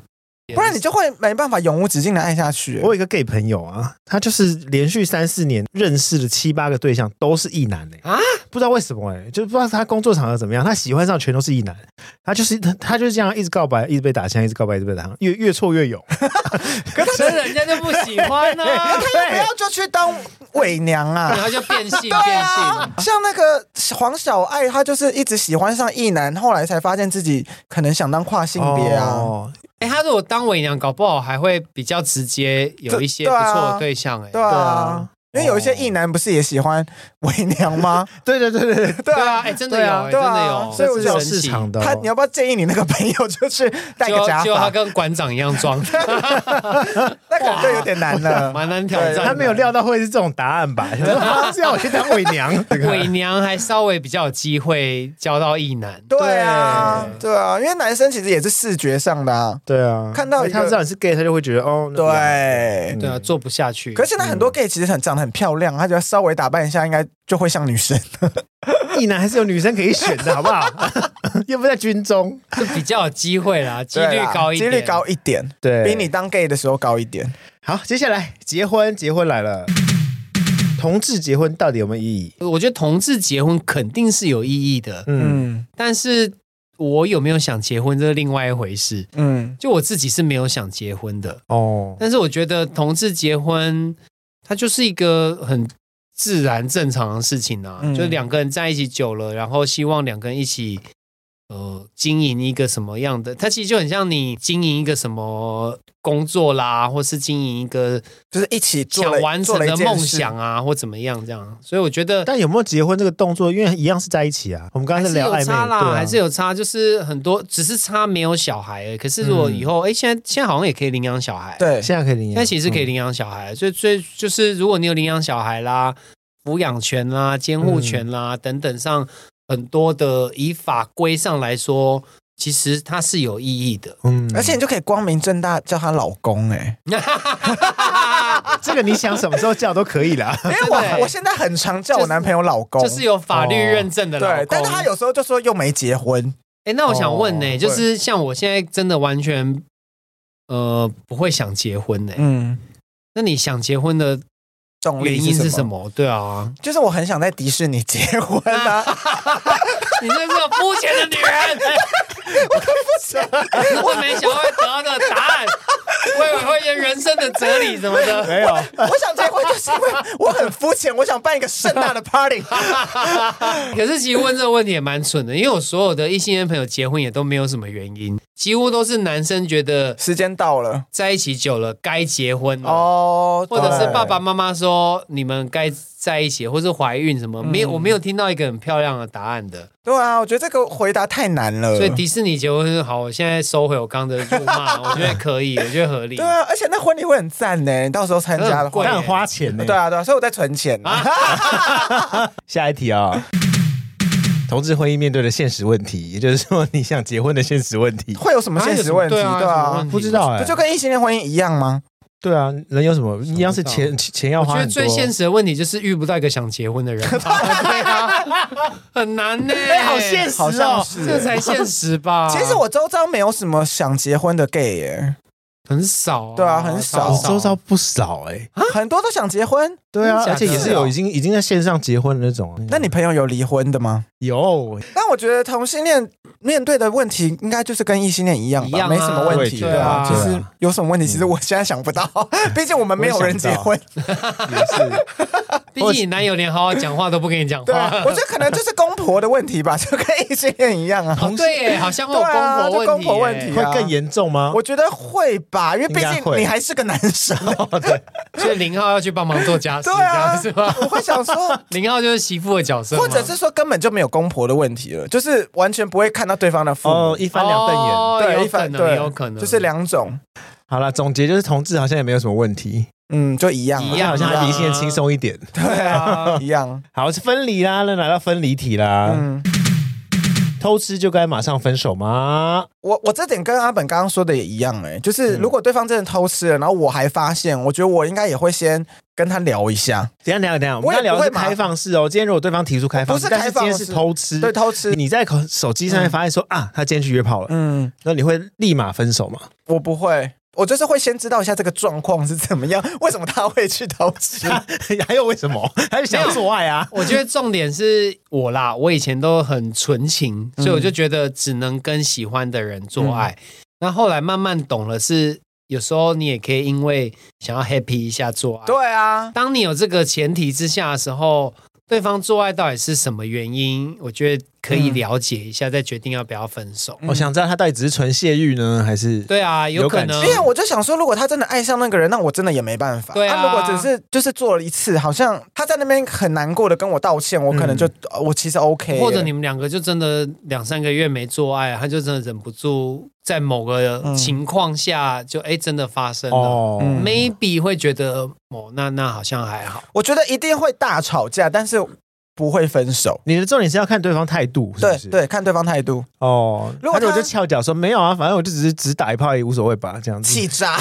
[SPEAKER 3] 不然你就会没办法永无止境的爱下去。
[SPEAKER 2] 我有一个 gay 朋友啊，他就是连续三四年认识了七八个对象，都是异男呢、
[SPEAKER 4] 啊
[SPEAKER 2] 啊，不知道为什么哎、就不知道他工作场合怎么样，他喜欢上全都是异男，他就是 他他就是这样一直告白，一直被打枪，一直告白，一直被打枪，越越挫越勇。
[SPEAKER 4] 所以人家就不喜欢呢、
[SPEAKER 3] 哎不要就去当伪娘啊
[SPEAKER 4] 然！后就变性变性。
[SPEAKER 3] 像那个黄小爱，她就是一直喜欢上异男，后来才发现自己可能想当跨性别啊。
[SPEAKER 2] 哦，
[SPEAKER 4] 哎、他如果当伪娘，搞不好还会比较直接，有一些不
[SPEAKER 3] 对啊
[SPEAKER 4] 错的对象、哎、
[SPEAKER 3] 对啊，因为有一些异男不是也喜欢伪娘
[SPEAKER 4] 哦
[SPEAKER 3] 吗？
[SPEAKER 2] 对对对对对，
[SPEAKER 4] 对啊，哎、真的有、哎
[SPEAKER 3] 对啊
[SPEAKER 4] 真的
[SPEAKER 3] 对
[SPEAKER 4] 有
[SPEAKER 3] 啊，所以我
[SPEAKER 4] 这
[SPEAKER 2] 是
[SPEAKER 4] 是
[SPEAKER 2] 有
[SPEAKER 4] 神
[SPEAKER 2] 市
[SPEAKER 4] 奇
[SPEAKER 2] 场的哦、
[SPEAKER 3] 他，你要不要建议你那个朋友就是戴个
[SPEAKER 4] 就
[SPEAKER 3] 假
[SPEAKER 4] 啊就他
[SPEAKER 3] 发？
[SPEAKER 4] 跟馆长一样 装，
[SPEAKER 3] 那感觉有点难了。
[SPEAKER 4] 蛮难挑
[SPEAKER 3] 对
[SPEAKER 4] 战。
[SPEAKER 2] 他没有料到会是这种答案吧？想说啊是要我去当伪娘，
[SPEAKER 4] 伪娘还稍微比较有机会交到异男，
[SPEAKER 3] 对啊，对啊，因为男生其实也是视觉上的啊。
[SPEAKER 2] 对啊，
[SPEAKER 3] 看到一个
[SPEAKER 2] 他知道你是 gay，他就会觉得哦，那
[SPEAKER 3] 对，
[SPEAKER 4] 对啊，做不下去。
[SPEAKER 3] 可是现在很多 gay 其实很长得很漂亮，他只要稍微打扮一下，应该就会像女生。
[SPEAKER 2] 异男还是有女生可以选的，好不好？ 又不在军中，
[SPEAKER 4] 就比较有机会啦，几率
[SPEAKER 3] 对啦
[SPEAKER 4] 高一
[SPEAKER 3] 几
[SPEAKER 4] 点，
[SPEAKER 3] 率高一点，
[SPEAKER 2] 对
[SPEAKER 3] 比你当 gay 的时候高一点。
[SPEAKER 2] 好，接下来结婚，结婚来了。同志结婚到底有没有意义？
[SPEAKER 4] 我觉得同志结婚肯定是有意义的，
[SPEAKER 2] 嗯
[SPEAKER 3] 嗯
[SPEAKER 4] 但是我有没有想结婚这是另外一回事。
[SPEAKER 3] 嗯，
[SPEAKER 4] 就我自己是没有想结婚的，
[SPEAKER 2] 哦，
[SPEAKER 4] 但是我觉得同志结婚，它就是一个很自然正常的事情啊，
[SPEAKER 3] 嗯
[SPEAKER 4] 就两个人在一起久了，然后希望两个人一起。呃，经营一个什么样的？它其实就很像你经营一个什么工作啦，或是经营一个
[SPEAKER 3] 就是一起做
[SPEAKER 4] 想
[SPEAKER 3] 了
[SPEAKER 4] 完
[SPEAKER 3] 做
[SPEAKER 4] 成
[SPEAKER 3] 了
[SPEAKER 4] 的
[SPEAKER 3] 一件
[SPEAKER 4] 梦
[SPEAKER 3] 事
[SPEAKER 4] 想啊，或怎么样这样。所以我觉得
[SPEAKER 2] 但有没有结婚这个动作？因为一样是在一起啊。我们刚
[SPEAKER 4] 还
[SPEAKER 2] 刚
[SPEAKER 4] 是
[SPEAKER 2] 聊暧
[SPEAKER 4] 有
[SPEAKER 2] 昧，
[SPEAKER 4] 差啦，
[SPEAKER 2] 对啊
[SPEAKER 4] 还是有差，就是很多只是差没有小孩而已。可是如果以后，哎、现在现在好像也可以领养小孩，，
[SPEAKER 3] 对，
[SPEAKER 2] 现在可以领养，
[SPEAKER 4] 现在其实
[SPEAKER 3] 嗯
[SPEAKER 4] 可以领养小孩，所以所以就是如果你有领养小孩啦、抚养权啦、监护
[SPEAKER 3] 嗯
[SPEAKER 4] 权啦、等等上很多的以法规上来说，其实它是有意 义的。
[SPEAKER 2] 嗯，嗯
[SPEAKER 3] 而且你就可以光明正大叫她老公哎、
[SPEAKER 2] 这个你想什么时候叫都可以 啦。
[SPEAKER 3] 因为
[SPEAKER 4] 真的欸
[SPEAKER 3] 我我现在很常叫我男朋友老公，
[SPEAKER 4] 就是有法律认证的老公，
[SPEAKER 3] 哦对，但是他有时候就说又没结婚，
[SPEAKER 4] 哎、那我想问呢、
[SPEAKER 3] 哦
[SPEAKER 4] 就是像我现在真的完全呃不会想结婚呢、
[SPEAKER 3] 嗯，
[SPEAKER 4] 那你想结婚的
[SPEAKER 3] 动力
[SPEAKER 4] 原因是什
[SPEAKER 3] 么？
[SPEAKER 4] 么？对啊，
[SPEAKER 3] 就是我很想在迪士尼结婚 啊，
[SPEAKER 4] 你这是个肤浅的女人， 我没想会得到的答案，我以为会一些人生的哲理什么的。
[SPEAKER 2] 没有，
[SPEAKER 3] 我想结婚就是因为我很肤浅，我想办一个盛大的 party。
[SPEAKER 4] 可是其实问这个问题也蛮蠢的，因为我所有的异性恋朋友结婚也都没有什么原因，几乎都是男生觉得
[SPEAKER 3] 时间到了
[SPEAKER 4] 在一起久了该结婚了。
[SPEAKER 3] 哦，
[SPEAKER 4] 嗯或者是
[SPEAKER 3] 对
[SPEAKER 4] 爸爸妈妈说你们该在一起，或是怀孕什么，没有，我
[SPEAKER 3] 嗯
[SPEAKER 4] 没有听到一个很漂亮的答案的。
[SPEAKER 3] 对啊，我觉得这个回答太难了。
[SPEAKER 4] 所以迪士尼结婚好，我现在收回我刚的辱骂，我觉得可以，我觉得合理
[SPEAKER 3] 对。啊，而且那婚礼会很赞呢，你到时候参加的话
[SPEAKER 4] 很贵
[SPEAKER 2] 他很花钱呢。
[SPEAKER 3] 对啊，对啊，所以我在存钱啊。
[SPEAKER 2] 下一题啊、同志婚姻面对的现实问题，也就是说，你想结婚的现实问题，
[SPEAKER 3] 会有什么现实问题？
[SPEAKER 4] 对
[SPEAKER 3] 对
[SPEAKER 4] 啊有什么问
[SPEAKER 3] 啊
[SPEAKER 4] 题，
[SPEAKER 2] 不知道哎、
[SPEAKER 3] 不就跟异性恋婚姻一样吗？
[SPEAKER 2] 对啊，人有什么一样是钱钱钱要
[SPEAKER 4] 我
[SPEAKER 2] 花
[SPEAKER 4] 觉得
[SPEAKER 2] 很多，
[SPEAKER 4] 最现实的问题就是遇不到一个想结婚的人吧， 对啊，很难呢、
[SPEAKER 2] 哎好现实
[SPEAKER 3] 好
[SPEAKER 2] 哦、
[SPEAKER 3] 像是
[SPEAKER 4] 这才现实 吧？
[SPEAKER 3] 其实我周遭没有什么想结婚的 gay 耶，
[SPEAKER 4] 很少、
[SPEAKER 3] 对啊很少
[SPEAKER 4] 超
[SPEAKER 3] 哦
[SPEAKER 2] 我周遭不少哎、
[SPEAKER 3] 很多都想结婚。嗯
[SPEAKER 2] 对啊，而
[SPEAKER 4] 真的假
[SPEAKER 2] 且
[SPEAKER 4] 的
[SPEAKER 2] 也是有已经已经在线上结婚的那种。啊
[SPEAKER 3] 那你朋友有离婚的吗？
[SPEAKER 2] 有
[SPEAKER 3] 但我觉得同性恋面对的问题应该就是跟异性恋一样
[SPEAKER 4] 一
[SPEAKER 3] 吧，
[SPEAKER 4] 样啊
[SPEAKER 3] 没什么问题
[SPEAKER 4] 对啊
[SPEAKER 3] 其
[SPEAKER 2] 对
[SPEAKER 3] 实
[SPEAKER 2] 啊
[SPEAKER 3] 有什么问题，其实我现在想不到，毕竟我嗯们没有人结婚。
[SPEAKER 2] 也 是，
[SPEAKER 4] 毕竟你男友连好好讲话都不跟你讲
[SPEAKER 3] 对啊
[SPEAKER 4] 话，，哦
[SPEAKER 3] 我觉得可能就是公婆的问题吧，就跟异性恋一样啊。
[SPEAKER 4] 哦对耶，好像会有
[SPEAKER 3] 对啊
[SPEAKER 4] 公婆问题
[SPEAKER 3] 就公
[SPEAKER 4] 耶，
[SPEAKER 3] 婆问题
[SPEAKER 2] 会更哦严重 吗？
[SPEAKER 3] 我觉得会哦吧，因为毕
[SPEAKER 2] 应该
[SPEAKER 3] 竟
[SPEAKER 2] 会
[SPEAKER 3] 你还是个男 生。
[SPEAKER 4] 所以零号要去帮忙做家事，
[SPEAKER 3] 对
[SPEAKER 4] 这样
[SPEAKER 3] 啊
[SPEAKER 4] 是吧？，
[SPEAKER 3] 我会想 说，
[SPEAKER 4] 零号就是媳妇的角色吗，
[SPEAKER 3] 或者是说根本就没有公婆的问题了，就是完全不会看到对方的父母。
[SPEAKER 2] 哦，一翻两瞪眼。
[SPEAKER 4] 哦
[SPEAKER 3] 对，
[SPEAKER 4] 有
[SPEAKER 3] 一
[SPEAKER 4] 可
[SPEAKER 3] 翻
[SPEAKER 4] 能，
[SPEAKER 3] 对，
[SPEAKER 4] 有可能，
[SPEAKER 3] 就是两种，
[SPEAKER 2] 好了，总结就是同志好像也没有什么问题，
[SPEAKER 3] 嗯，就一样啊，
[SPEAKER 4] 一样
[SPEAKER 2] 好像
[SPEAKER 4] 啊
[SPEAKER 2] 还比异性恋轻松一点。
[SPEAKER 4] 对啊。
[SPEAKER 3] 一样，
[SPEAKER 2] 好，是分离啦，那来到分离题啦。
[SPEAKER 3] 嗯。
[SPEAKER 2] 偷吃就该马上分手吗？
[SPEAKER 3] 我我这点跟阿本刚刚说的也一样哎、
[SPEAKER 4] 嗯
[SPEAKER 3] 就是如果对方真的偷吃了，然后我还发现，我觉得我应该也会先跟他聊一下，
[SPEAKER 2] 等一下，等一下，等一下，我们
[SPEAKER 3] 我也
[SPEAKER 2] 刚聊的是
[SPEAKER 3] 不会马
[SPEAKER 2] 开放式哦。今天如果对方提出开放式，
[SPEAKER 3] 不是开放式
[SPEAKER 2] 但是今天是偷吃，
[SPEAKER 3] 对偷吃，
[SPEAKER 2] 你在口手机上面发现说、啊，他今天去约炮了，
[SPEAKER 3] 嗯，
[SPEAKER 2] 那你会立马分手吗？
[SPEAKER 3] 我不会，我就是会先知道一下这个状况是怎么样，为什么他会去偷吃，
[SPEAKER 4] 啊
[SPEAKER 2] 还有为什么？还是想做爱啊？
[SPEAKER 4] 我觉得重点是我啦，我以前都很纯情，所以我就觉得只能跟喜欢的人做爱。那、后来慢慢懂了是，有时候你也可以因为想要 happy 一下做爱。，
[SPEAKER 3] 对啊，
[SPEAKER 4] 当你有这个前提之下的时候，对方做爱到底是什么原因，我觉得可以了解一下，再决定要不要分手。
[SPEAKER 3] 嗯
[SPEAKER 2] 我哦想知道他到底只是纯泄欲呢，还是
[SPEAKER 4] 对啊，有
[SPEAKER 2] 嗯有
[SPEAKER 4] 可
[SPEAKER 2] 感
[SPEAKER 4] 能
[SPEAKER 3] 因为我就想说，如果他真的爱上那个人，那我真的也没办法。
[SPEAKER 4] 对啊
[SPEAKER 3] 他如果只是就是做了一次，好像他在那边很难过的跟我道歉，我可能就、呃我其实 OK 欸耶。
[SPEAKER 4] 嗯或者你们两个就真的两三个月没做爱，他就真的忍不住，在某个情况下就哎、真的发生了、
[SPEAKER 2] 哦？
[SPEAKER 3] 嗯
[SPEAKER 4] m a y b e 会觉得哦，那那好像还好，
[SPEAKER 3] 我觉得一定会大吵架，但是不会分手。
[SPEAKER 2] 你的重点是要看对方态度，是不
[SPEAKER 3] 对
[SPEAKER 2] 是？
[SPEAKER 3] 对，看对方态度，
[SPEAKER 2] 哦，
[SPEAKER 3] 如果
[SPEAKER 2] 那我
[SPEAKER 3] 他
[SPEAKER 2] 就翘脚说没有啊，反正我就只是只打一炮也无所谓吧，这样子
[SPEAKER 3] 气。炸，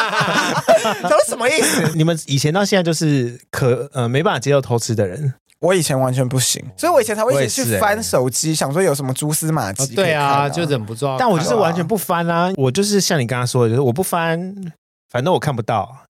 [SPEAKER 3] 他说什么意思？
[SPEAKER 2] 你们以前到现在就是可呃没办法接受偷吃的人，
[SPEAKER 3] 我以前完全不行，所以我以前才
[SPEAKER 2] 我
[SPEAKER 3] 会
[SPEAKER 2] 也
[SPEAKER 3] 一直
[SPEAKER 2] 是欸
[SPEAKER 3] 去翻手机，想说有什么蛛丝马迹、
[SPEAKER 4] 哦对啊，就
[SPEAKER 3] 这。
[SPEAKER 4] 忍不住要看。
[SPEAKER 2] 但我就是完全不翻啊，我就是像你刚刚说的，就是我不翻，反正我看不到。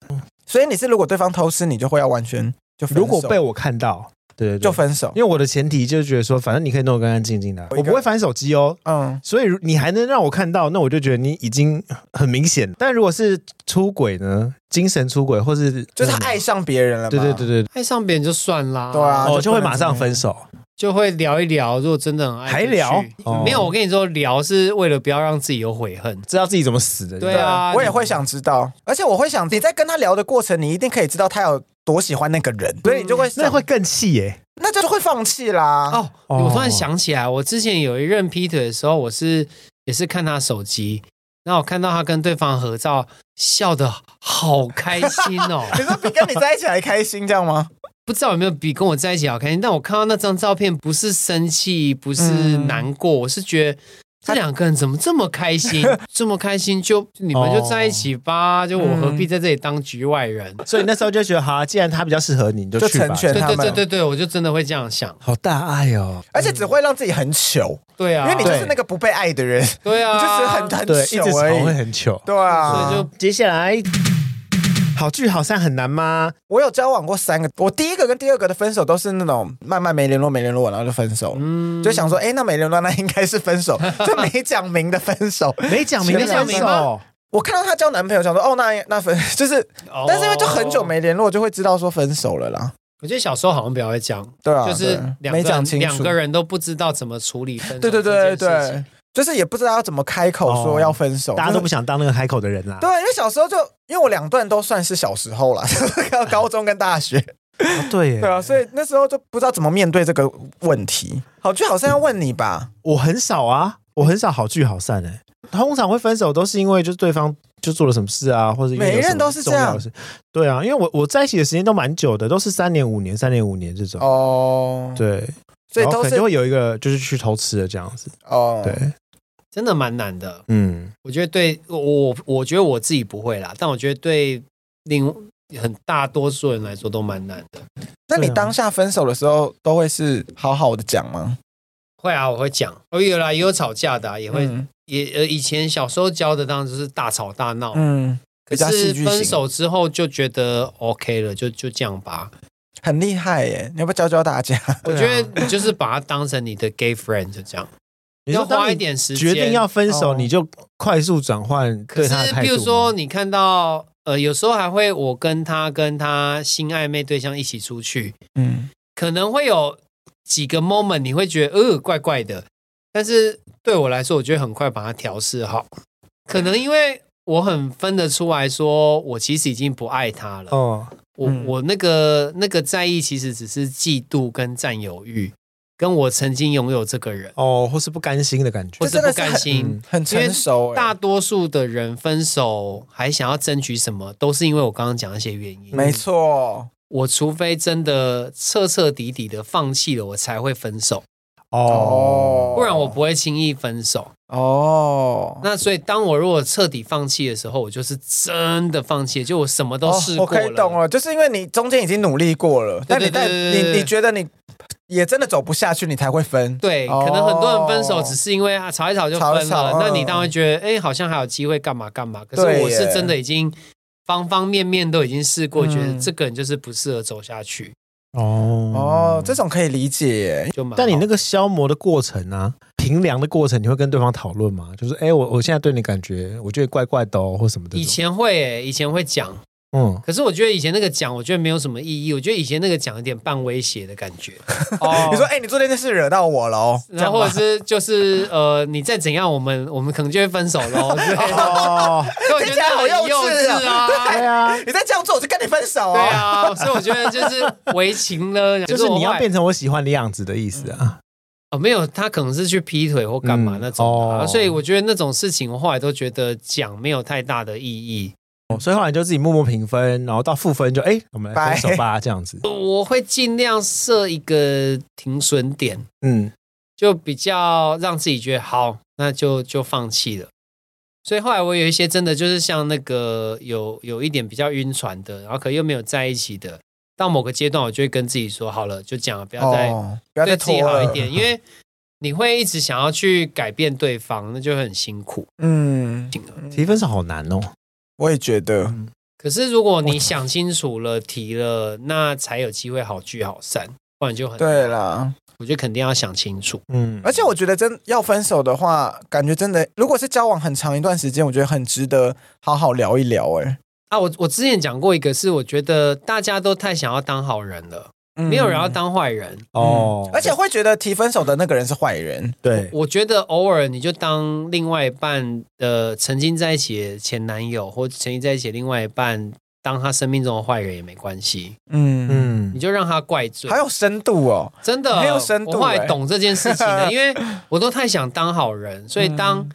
[SPEAKER 3] 所以你是如果对方偷吃，你就会要完全就分手
[SPEAKER 2] 如果被我看到，对对对，
[SPEAKER 3] 就分手，
[SPEAKER 2] 因为我的前提就是觉得说，反正你可以弄得干干净净的，啊我不会翻手机哦。
[SPEAKER 3] 嗯，
[SPEAKER 2] 所以如你还能让我看到，那我就觉得你已经很明显。但如果是出轨呢，精神出轨或是
[SPEAKER 3] 就是他爱，上别人了嘛，
[SPEAKER 2] 对对对对，
[SPEAKER 4] 爱上别人就算啦，
[SPEAKER 3] 对啊，
[SPEAKER 2] 哦就会
[SPEAKER 3] 不能
[SPEAKER 2] 马上
[SPEAKER 3] 怎么样
[SPEAKER 2] 分手。
[SPEAKER 4] 就会聊一聊。如果真的很爱，
[SPEAKER 2] 还聊
[SPEAKER 4] 就去
[SPEAKER 2] 哦
[SPEAKER 4] 没有，我跟你说，聊是为了不要让自己有悔恨。
[SPEAKER 2] 知道自己怎么死的，
[SPEAKER 4] 对啊，
[SPEAKER 3] 嗯我也会想知道，而且我会想，你在跟他聊的过程，你一定可以知道他有多喜欢那个人，所以你就会
[SPEAKER 2] 对不对，那会更气耶。
[SPEAKER 3] 那就是会放弃啦。
[SPEAKER 4] 哦，
[SPEAKER 2] 哦
[SPEAKER 4] 我突然想起来，我之前有一任劈腿的时候，我是也是看他手机，然后我看到他跟对方合照，笑的好开心哦。
[SPEAKER 3] 你说比跟你在一起还开心这样吗？
[SPEAKER 4] 不知道有没有比跟我在一起好开心，但我看到那张照片，不是生气，不是难过，
[SPEAKER 3] 嗯
[SPEAKER 4] 我是觉得。这两个人怎么这么 开心？这么开心就你们就在一起吧，
[SPEAKER 3] 哦
[SPEAKER 4] 就我何必在这里当局外人？
[SPEAKER 2] 所以那时候就觉得，好啊，既然他比较适合你，你就
[SPEAKER 3] 就
[SPEAKER 2] 去吧
[SPEAKER 3] 成。全
[SPEAKER 4] 对
[SPEAKER 3] 嗯他
[SPEAKER 4] 对
[SPEAKER 3] 们，
[SPEAKER 4] 对对对，我就真的会这样想。
[SPEAKER 2] 好大爱哦，
[SPEAKER 3] 而且只会让自己很糗，
[SPEAKER 4] 对
[SPEAKER 3] 因
[SPEAKER 4] 啊，
[SPEAKER 3] 为你就是
[SPEAKER 2] 对
[SPEAKER 3] 那个不被爱的人，
[SPEAKER 4] 对啊，
[SPEAKER 3] 你 就是很很
[SPEAKER 2] 对，一直
[SPEAKER 3] 糗欸而
[SPEAKER 2] 吵会
[SPEAKER 3] 已。
[SPEAKER 2] 很糗。
[SPEAKER 3] 对啊，
[SPEAKER 4] 所以就
[SPEAKER 2] 接下来，好聚好散很难吗？
[SPEAKER 3] 我有交往过三个，我第一个跟第二个的分手都是那种慢慢没联络、没联络，然后就分手了。
[SPEAKER 4] 嗯
[SPEAKER 3] 就想说，哎，那没联络，那应该是分 手，就没讲明的分手。
[SPEAKER 2] 没讲明的
[SPEAKER 4] 没讲
[SPEAKER 2] 分
[SPEAKER 4] 明吗
[SPEAKER 2] 手，
[SPEAKER 3] 我看到她交男朋友，想说，哦，那那分就是，
[SPEAKER 4] 哦
[SPEAKER 3] 啊但是因为就很久，没联络，就会知道说分手了啦。
[SPEAKER 4] 我觉得小时候好像比较会这样，
[SPEAKER 3] 对啊，
[SPEAKER 4] 就是
[SPEAKER 3] 对
[SPEAKER 4] 两
[SPEAKER 3] 没
[SPEAKER 4] 个
[SPEAKER 3] 讲
[SPEAKER 4] 人
[SPEAKER 3] 清楚，
[SPEAKER 4] 两个人都不知道怎么处理分手
[SPEAKER 3] 对对
[SPEAKER 4] 这
[SPEAKER 3] 对
[SPEAKER 4] 件事情哦
[SPEAKER 3] 对，就是也不知道要怎么开口说要分手，
[SPEAKER 2] 大家都
[SPEAKER 3] 就
[SPEAKER 2] 不
[SPEAKER 3] 是
[SPEAKER 2] 想当那个开口的人啦。
[SPEAKER 3] 对，因为小时候就因为我两段都算是小时候啦， 高高中跟大学，
[SPEAKER 2] 哦对耶
[SPEAKER 3] 对啊，所以那时候就不知道怎么面对这个问题。好聚好像要问你吧，
[SPEAKER 2] 我很少啊，我很少好聚好散哎、通常会分手都是因为就是对方就做了什么事啊，或者因为有
[SPEAKER 3] 每一任
[SPEAKER 2] 什么
[SPEAKER 3] 都是这样
[SPEAKER 2] 重要的事。对啊，因为我我在一起的时间都蛮久的，都是三年五年、三年五年这种。
[SPEAKER 3] 哦，
[SPEAKER 2] 对，
[SPEAKER 3] 所
[SPEAKER 2] 然
[SPEAKER 3] 以
[SPEAKER 2] 后
[SPEAKER 3] 都
[SPEAKER 2] 可能
[SPEAKER 3] 是
[SPEAKER 2] 就会有一个就是去偷吃的这样子。
[SPEAKER 3] 哦，
[SPEAKER 2] 对，，
[SPEAKER 4] 真的蛮难的。
[SPEAKER 2] 嗯，
[SPEAKER 4] 我觉得对我我我觉得我自己不会啦，但我觉得对另很大多数人来说都蛮难的。
[SPEAKER 3] 那你
[SPEAKER 2] 对啊
[SPEAKER 3] 当下分手的时候都会是好好的讲吗？
[SPEAKER 4] 会啊，我会讲，哦有啦，也有吵架的、啊，也会、
[SPEAKER 3] 嗯
[SPEAKER 4] 也呃，以前小时候教的当然就是大吵大闹，
[SPEAKER 3] 嗯，比
[SPEAKER 4] 可
[SPEAKER 3] 较戏
[SPEAKER 4] 是
[SPEAKER 3] 剧
[SPEAKER 4] 分
[SPEAKER 3] 性，
[SPEAKER 4] 手之后就觉得 OK 了，就就这样吧。
[SPEAKER 3] 很厉害耶！你要不要教教大家？
[SPEAKER 4] 我
[SPEAKER 2] 对啊
[SPEAKER 4] 觉得你就是把它当成你的 gay friend，就这样，
[SPEAKER 2] 你说
[SPEAKER 4] 要花
[SPEAKER 2] 当
[SPEAKER 4] 一
[SPEAKER 2] 你
[SPEAKER 4] 点时间
[SPEAKER 2] 决定要分手，
[SPEAKER 3] 哦
[SPEAKER 2] 你就快速转换
[SPEAKER 4] 可
[SPEAKER 2] 对
[SPEAKER 4] 是
[SPEAKER 2] 他的，态
[SPEAKER 4] 比
[SPEAKER 2] 度吗。
[SPEAKER 4] 如说你看到，呃，有时候还会我跟他跟他新暧昧对象一起出去，
[SPEAKER 3] 嗯，
[SPEAKER 4] 可能会有几个 moment 你会觉得呃怪怪的，但是对我来说，我觉得很快把它调试好。可能因为我很分得出来说，我其实已经不爱他了。
[SPEAKER 2] 哦，
[SPEAKER 4] 我
[SPEAKER 3] 嗯
[SPEAKER 4] 我那个那个在意，其实只是嫉妒跟占有欲，跟我曾经拥有这个人。
[SPEAKER 2] 哦，或是不甘心的感觉
[SPEAKER 4] 或
[SPEAKER 3] 这。
[SPEAKER 4] 是
[SPEAKER 3] 真的
[SPEAKER 4] 不
[SPEAKER 3] 是很
[SPEAKER 4] 甘心，
[SPEAKER 3] 很成熟耶，
[SPEAKER 4] 大多数的人分手还想要争取什么，都是因为我刚刚讲的那些原因。
[SPEAKER 3] 没，错，
[SPEAKER 4] 我除非真的彻彻底底的放弃了，我才会分手，
[SPEAKER 2] 哦，
[SPEAKER 4] 不然我不会轻易分手。
[SPEAKER 3] 哦，
[SPEAKER 4] 那所以，当我如果彻底放弃的时候，我就是真的放弃，就我什么都试
[SPEAKER 3] 哦，我
[SPEAKER 4] 过
[SPEAKER 3] 可以懂
[SPEAKER 4] 了。
[SPEAKER 3] 了，就是因为你中间已经努力过了，但你
[SPEAKER 4] 对对
[SPEAKER 3] 但
[SPEAKER 4] 对对对
[SPEAKER 3] 你你觉得你也真的走不下去，你才会分。
[SPEAKER 4] 对，
[SPEAKER 3] 哦
[SPEAKER 4] 可能很多人分手只是因为啊吵一吵就分
[SPEAKER 3] 吵一哦吵
[SPEAKER 4] 了，那你
[SPEAKER 3] 嗯
[SPEAKER 4] 当然觉得哎、好像还有机会干嘛干嘛。可
[SPEAKER 3] 对
[SPEAKER 4] 是我是
[SPEAKER 3] 耶
[SPEAKER 4] 真的已经方方面面都已经试过，觉得
[SPEAKER 3] 嗯
[SPEAKER 4] 这个人就是不适合走下去，
[SPEAKER 2] 哦
[SPEAKER 3] 哦，这种可以理解耶，
[SPEAKER 4] 就蛮好。
[SPEAKER 2] 但你那个消磨的过程啊，平凉的过程，你会跟对方讨论吗？就是，哎、我我现在对你感觉，我觉得怪怪的哦，或什么的。
[SPEAKER 4] 以，前会、欸，以前会讲，
[SPEAKER 2] 嗯，
[SPEAKER 4] 可是我觉得以前那个讲，我觉得没有什么意义。我觉得以前那个讲有点半威胁的感 觉，哦
[SPEAKER 3] 你说，哎，你做这件事惹到我了哦，
[SPEAKER 4] 然后或者是就是呃，你再怎样，我们我们可能就会分手 喽。对，
[SPEAKER 2] 哦，
[SPEAKER 4] 所以我
[SPEAKER 3] 听
[SPEAKER 4] 觉得
[SPEAKER 3] 起来
[SPEAKER 4] 那
[SPEAKER 3] 好
[SPEAKER 4] 很
[SPEAKER 3] 幼
[SPEAKER 4] 幼
[SPEAKER 3] 稚
[SPEAKER 4] 稚啊，
[SPEAKER 2] 对啊，
[SPEAKER 3] 你再这样做，我就跟你分手
[SPEAKER 4] 对
[SPEAKER 3] 哦。
[SPEAKER 4] 啊，所以我觉得就是为情 了，
[SPEAKER 2] 就是你要变
[SPEAKER 4] 成
[SPEAKER 2] 成我喜欢的样子的意思啊。
[SPEAKER 4] 哦，没有他可能是去劈腿或干嘛
[SPEAKER 2] 嗯
[SPEAKER 4] 那种的啊，
[SPEAKER 2] 哦
[SPEAKER 4] 所以我觉得那种事情我后来都觉得讲没有太大的意义。
[SPEAKER 2] 哦所以后来就自己默默平分，然后到负分就，哎、我们来分手吧，这样子。
[SPEAKER 4] 我会尽量设一个停损点。
[SPEAKER 2] 嗯，
[SPEAKER 4] 就比较让自己觉得好，那就就放弃了。所以后来我有一些真的就是像那个有有一点比较晕船的，然后可又没有在一起的，到某个阶段，我就会跟自己说好了，就这啊样，不要再、
[SPEAKER 3] 哦，不要再
[SPEAKER 4] 对自己
[SPEAKER 3] 拖
[SPEAKER 4] 好
[SPEAKER 3] 了
[SPEAKER 4] 一。点，因为你会一直想要去改变对方，那就会很辛苦。
[SPEAKER 3] 嗯，
[SPEAKER 2] 提分手好难哦。
[SPEAKER 4] 嗯
[SPEAKER 3] 我也觉得，
[SPEAKER 4] 可是如果你想清楚了、提了，那才有机会好聚好散，不然就很。
[SPEAKER 3] 对啦，
[SPEAKER 4] 我觉得肯定要想清楚。
[SPEAKER 2] 嗯，
[SPEAKER 3] 而且我觉得真要分手的话，感觉真的，如果是交往很长一段时间，我觉得很值得好好聊一聊、欸。哎、
[SPEAKER 4] 啊，我我之前讲过一个是，我觉得大家都太想要当好人了，没有人要当嗯坏人。
[SPEAKER 2] 哦，
[SPEAKER 3] 嗯而且会觉得提分手的那个人是坏人。
[SPEAKER 2] 对，
[SPEAKER 4] 我觉得偶尔你就当另外一半的曾经在一起的前男友，或曾经在一起的另外一半，当他生命中的坏人也没关系，
[SPEAKER 3] 嗯
[SPEAKER 4] 你
[SPEAKER 2] 嗯
[SPEAKER 4] 就让他怪罪。
[SPEAKER 3] 嗯，好有深度哦。
[SPEAKER 4] 真的
[SPEAKER 3] 很有深度
[SPEAKER 4] 我后来
[SPEAKER 3] 欸
[SPEAKER 4] 懂这件事 情了，因为我都太想当好人，所以当、
[SPEAKER 3] 嗯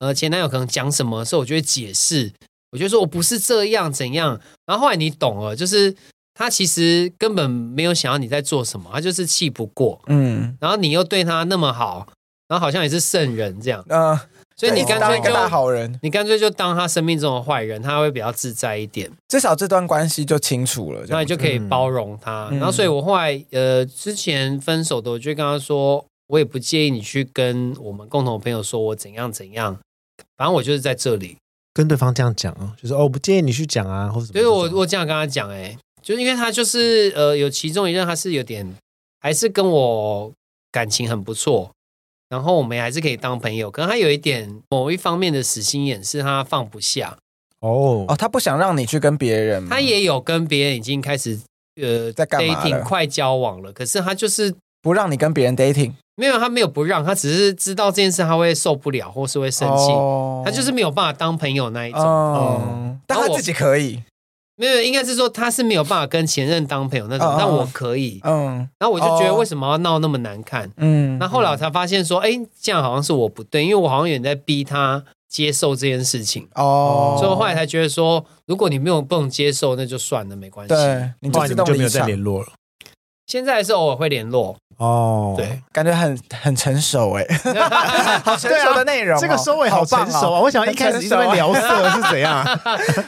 [SPEAKER 4] 呃前男友可能讲什么的时候，我就会解释，我就说我不是这样怎样。然后后来你懂了，就是他其实根本没有想要你在做什么，他就是气不过，
[SPEAKER 3] 嗯，
[SPEAKER 4] 然后你又对他那么好，然后好像也是圣人这样，
[SPEAKER 3] 呃，
[SPEAKER 4] 所以你
[SPEAKER 3] 对
[SPEAKER 4] 干
[SPEAKER 3] 当
[SPEAKER 4] 脆
[SPEAKER 3] 一个大
[SPEAKER 4] 就
[SPEAKER 3] 好人，
[SPEAKER 4] 你干脆就当他生命中的坏人，他会比较自在一点。
[SPEAKER 3] 至少这段关系就清楚了。这
[SPEAKER 4] 然后
[SPEAKER 3] 样
[SPEAKER 4] 你就可以包容他。
[SPEAKER 3] 嗯
[SPEAKER 4] 然后，所以我后来呃，之前分手的，我就跟他说，我也不介意你去跟我们共同的朋友说我怎样怎样，反正我就是在这里。
[SPEAKER 2] 跟对方这样讲啊，就是哦，我不建议你去讲啊，或者什么
[SPEAKER 4] 所以
[SPEAKER 2] 这
[SPEAKER 4] 我
[SPEAKER 2] 种
[SPEAKER 4] 我这样跟他讲、欸，哎，就是因为他就是呃，有其中一任他是有点还是跟我感情很不错。然后我们还是可以当朋友，可能他有一点某一方面的死心眼，是他放不下。
[SPEAKER 3] 哦，
[SPEAKER 2] 哦，
[SPEAKER 3] 他不想让你去跟别人吗，
[SPEAKER 4] 他也有跟别人已经开始呃
[SPEAKER 3] 嗯在干嘛
[SPEAKER 4] dating
[SPEAKER 3] 了
[SPEAKER 4] 快交往了，可是他就是
[SPEAKER 3] 不让你跟别人 dating，
[SPEAKER 4] 没有，他没有不让，他只是知道这件事他会受不了，或是会生气，
[SPEAKER 3] 哦
[SPEAKER 4] 他就是没有办法当朋友那一种。嗯
[SPEAKER 3] 哦，但他自己可以，
[SPEAKER 4] 没有，应该是说他是没有办法跟前任当朋友那种
[SPEAKER 3] 哦哦，
[SPEAKER 4] 但我可以。
[SPEAKER 3] 嗯
[SPEAKER 4] 然后我就觉得
[SPEAKER 3] 哦
[SPEAKER 4] 为什么要闹那么难看？
[SPEAKER 3] 嗯
[SPEAKER 4] 那后来我才发现说，哎，这样好像是我不对，因为我好像有点在逼他接受这件事情，
[SPEAKER 3] 哦，
[SPEAKER 4] 所以我后来才觉得说，如果你没有不能接受，那就算了，没关系。
[SPEAKER 3] 对，你
[SPEAKER 2] 后
[SPEAKER 3] 就
[SPEAKER 2] 来你
[SPEAKER 3] 自
[SPEAKER 2] 们
[SPEAKER 3] 动
[SPEAKER 2] 就没
[SPEAKER 3] 离
[SPEAKER 2] 有再
[SPEAKER 3] 场，
[SPEAKER 2] 联络了。
[SPEAKER 4] 现在还是偶尔会联络，
[SPEAKER 2] 哦，
[SPEAKER 4] 对，
[SPEAKER 3] 感觉很很成熟哎， 好成熟的内容哦，
[SPEAKER 2] 这个收尾好成熟啊！
[SPEAKER 3] 棒哦
[SPEAKER 2] 我想一开始一直在聊色是怎样啊？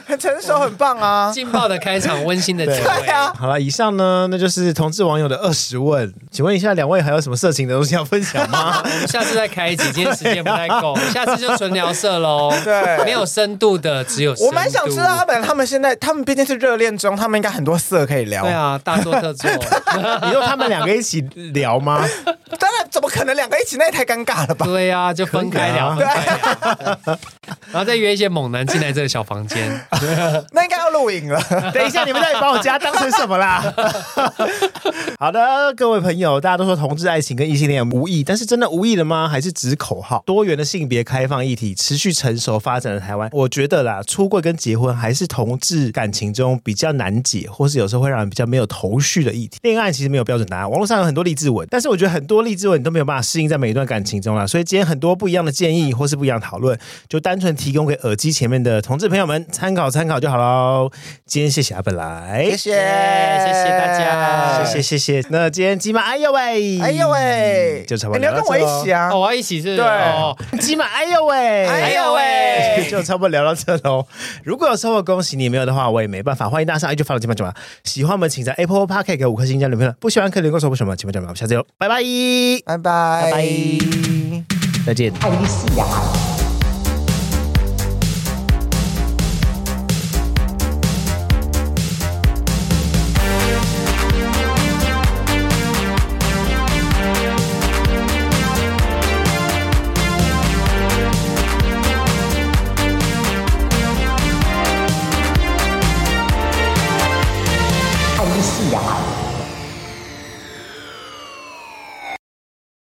[SPEAKER 3] 很成熟，很棒 啊，
[SPEAKER 4] 劲爆的开场，温馨的结
[SPEAKER 3] 对
[SPEAKER 4] 尾。
[SPEAKER 3] 啊，
[SPEAKER 2] 好了，以上呢，那就是同志网友的二十问。请问一下，两位还有什么色情的东西要分享 吗？
[SPEAKER 4] 我们下次再开一集，今天时间不太够，下次就纯聊色喽。
[SPEAKER 3] 啊对
[SPEAKER 4] 没有深度的，只有深度
[SPEAKER 3] 我蛮想知道阿本他们现在，他们毕竟是热恋中，他们应该很多色可以聊。
[SPEAKER 4] 对，啊，大做 特做，
[SPEAKER 2] 你说他们两个一起聊吗？
[SPEAKER 3] 当然怎么可能两个一起？那也太尴尬了吧？
[SPEAKER 4] 对啊，就分开聊，
[SPEAKER 2] 可
[SPEAKER 4] 分开聊，然后再约一些猛男进来这个小房间。
[SPEAKER 3] 那应该要录影了。
[SPEAKER 2] 等一下，你们到底把我家当成什么啦？好的，各位朋友，大家都说同志爱情跟异性恋无异，但是真的无异了吗？还是只是口号？多元的性别开放议题持续成熟发展的台湾，我觉得啦，出柜跟结婚还是同志感情中比较难解，或是有时候会让人比较没有头绪的议题。恋爱其实没有标准答案，网络上有很多励志文，但是我觉得很多励志文你都没有办法适应在每一段感情中啦。所以今天很多不一样的建议或是不一样的讨论，就单纯提供给耳机前面的同志朋友们参考参考就好喽。今天谢谢阿本来，
[SPEAKER 3] 谢谢，
[SPEAKER 4] 谢谢大家
[SPEAKER 2] 谢谢谢谢。那今天鸡马哎呦喂，
[SPEAKER 3] 哎呦喂，
[SPEAKER 2] 嗯就差不多
[SPEAKER 3] 哎你要跟我一起啊
[SPEAKER 4] 哦，！我要一起是不是
[SPEAKER 3] 对
[SPEAKER 4] 哦，
[SPEAKER 2] 鸡马哎呦喂，
[SPEAKER 3] 哎
[SPEAKER 4] 呦 喂
[SPEAKER 2] 就差不多聊到这喽。如果有收获，恭喜你；没有的话，我也没办法。欢迎大家上 IG 发了鸡马鸡马。喜欢我们，请在 Apple Park 给五颗星加留言。不喜欢可以留言告诉我为什么。鸡马鸡马，我们下次见喽，拜拜，
[SPEAKER 3] 拜
[SPEAKER 2] 拜
[SPEAKER 3] 拜
[SPEAKER 2] 拜再见。
[SPEAKER 1] 爱丽丝牙。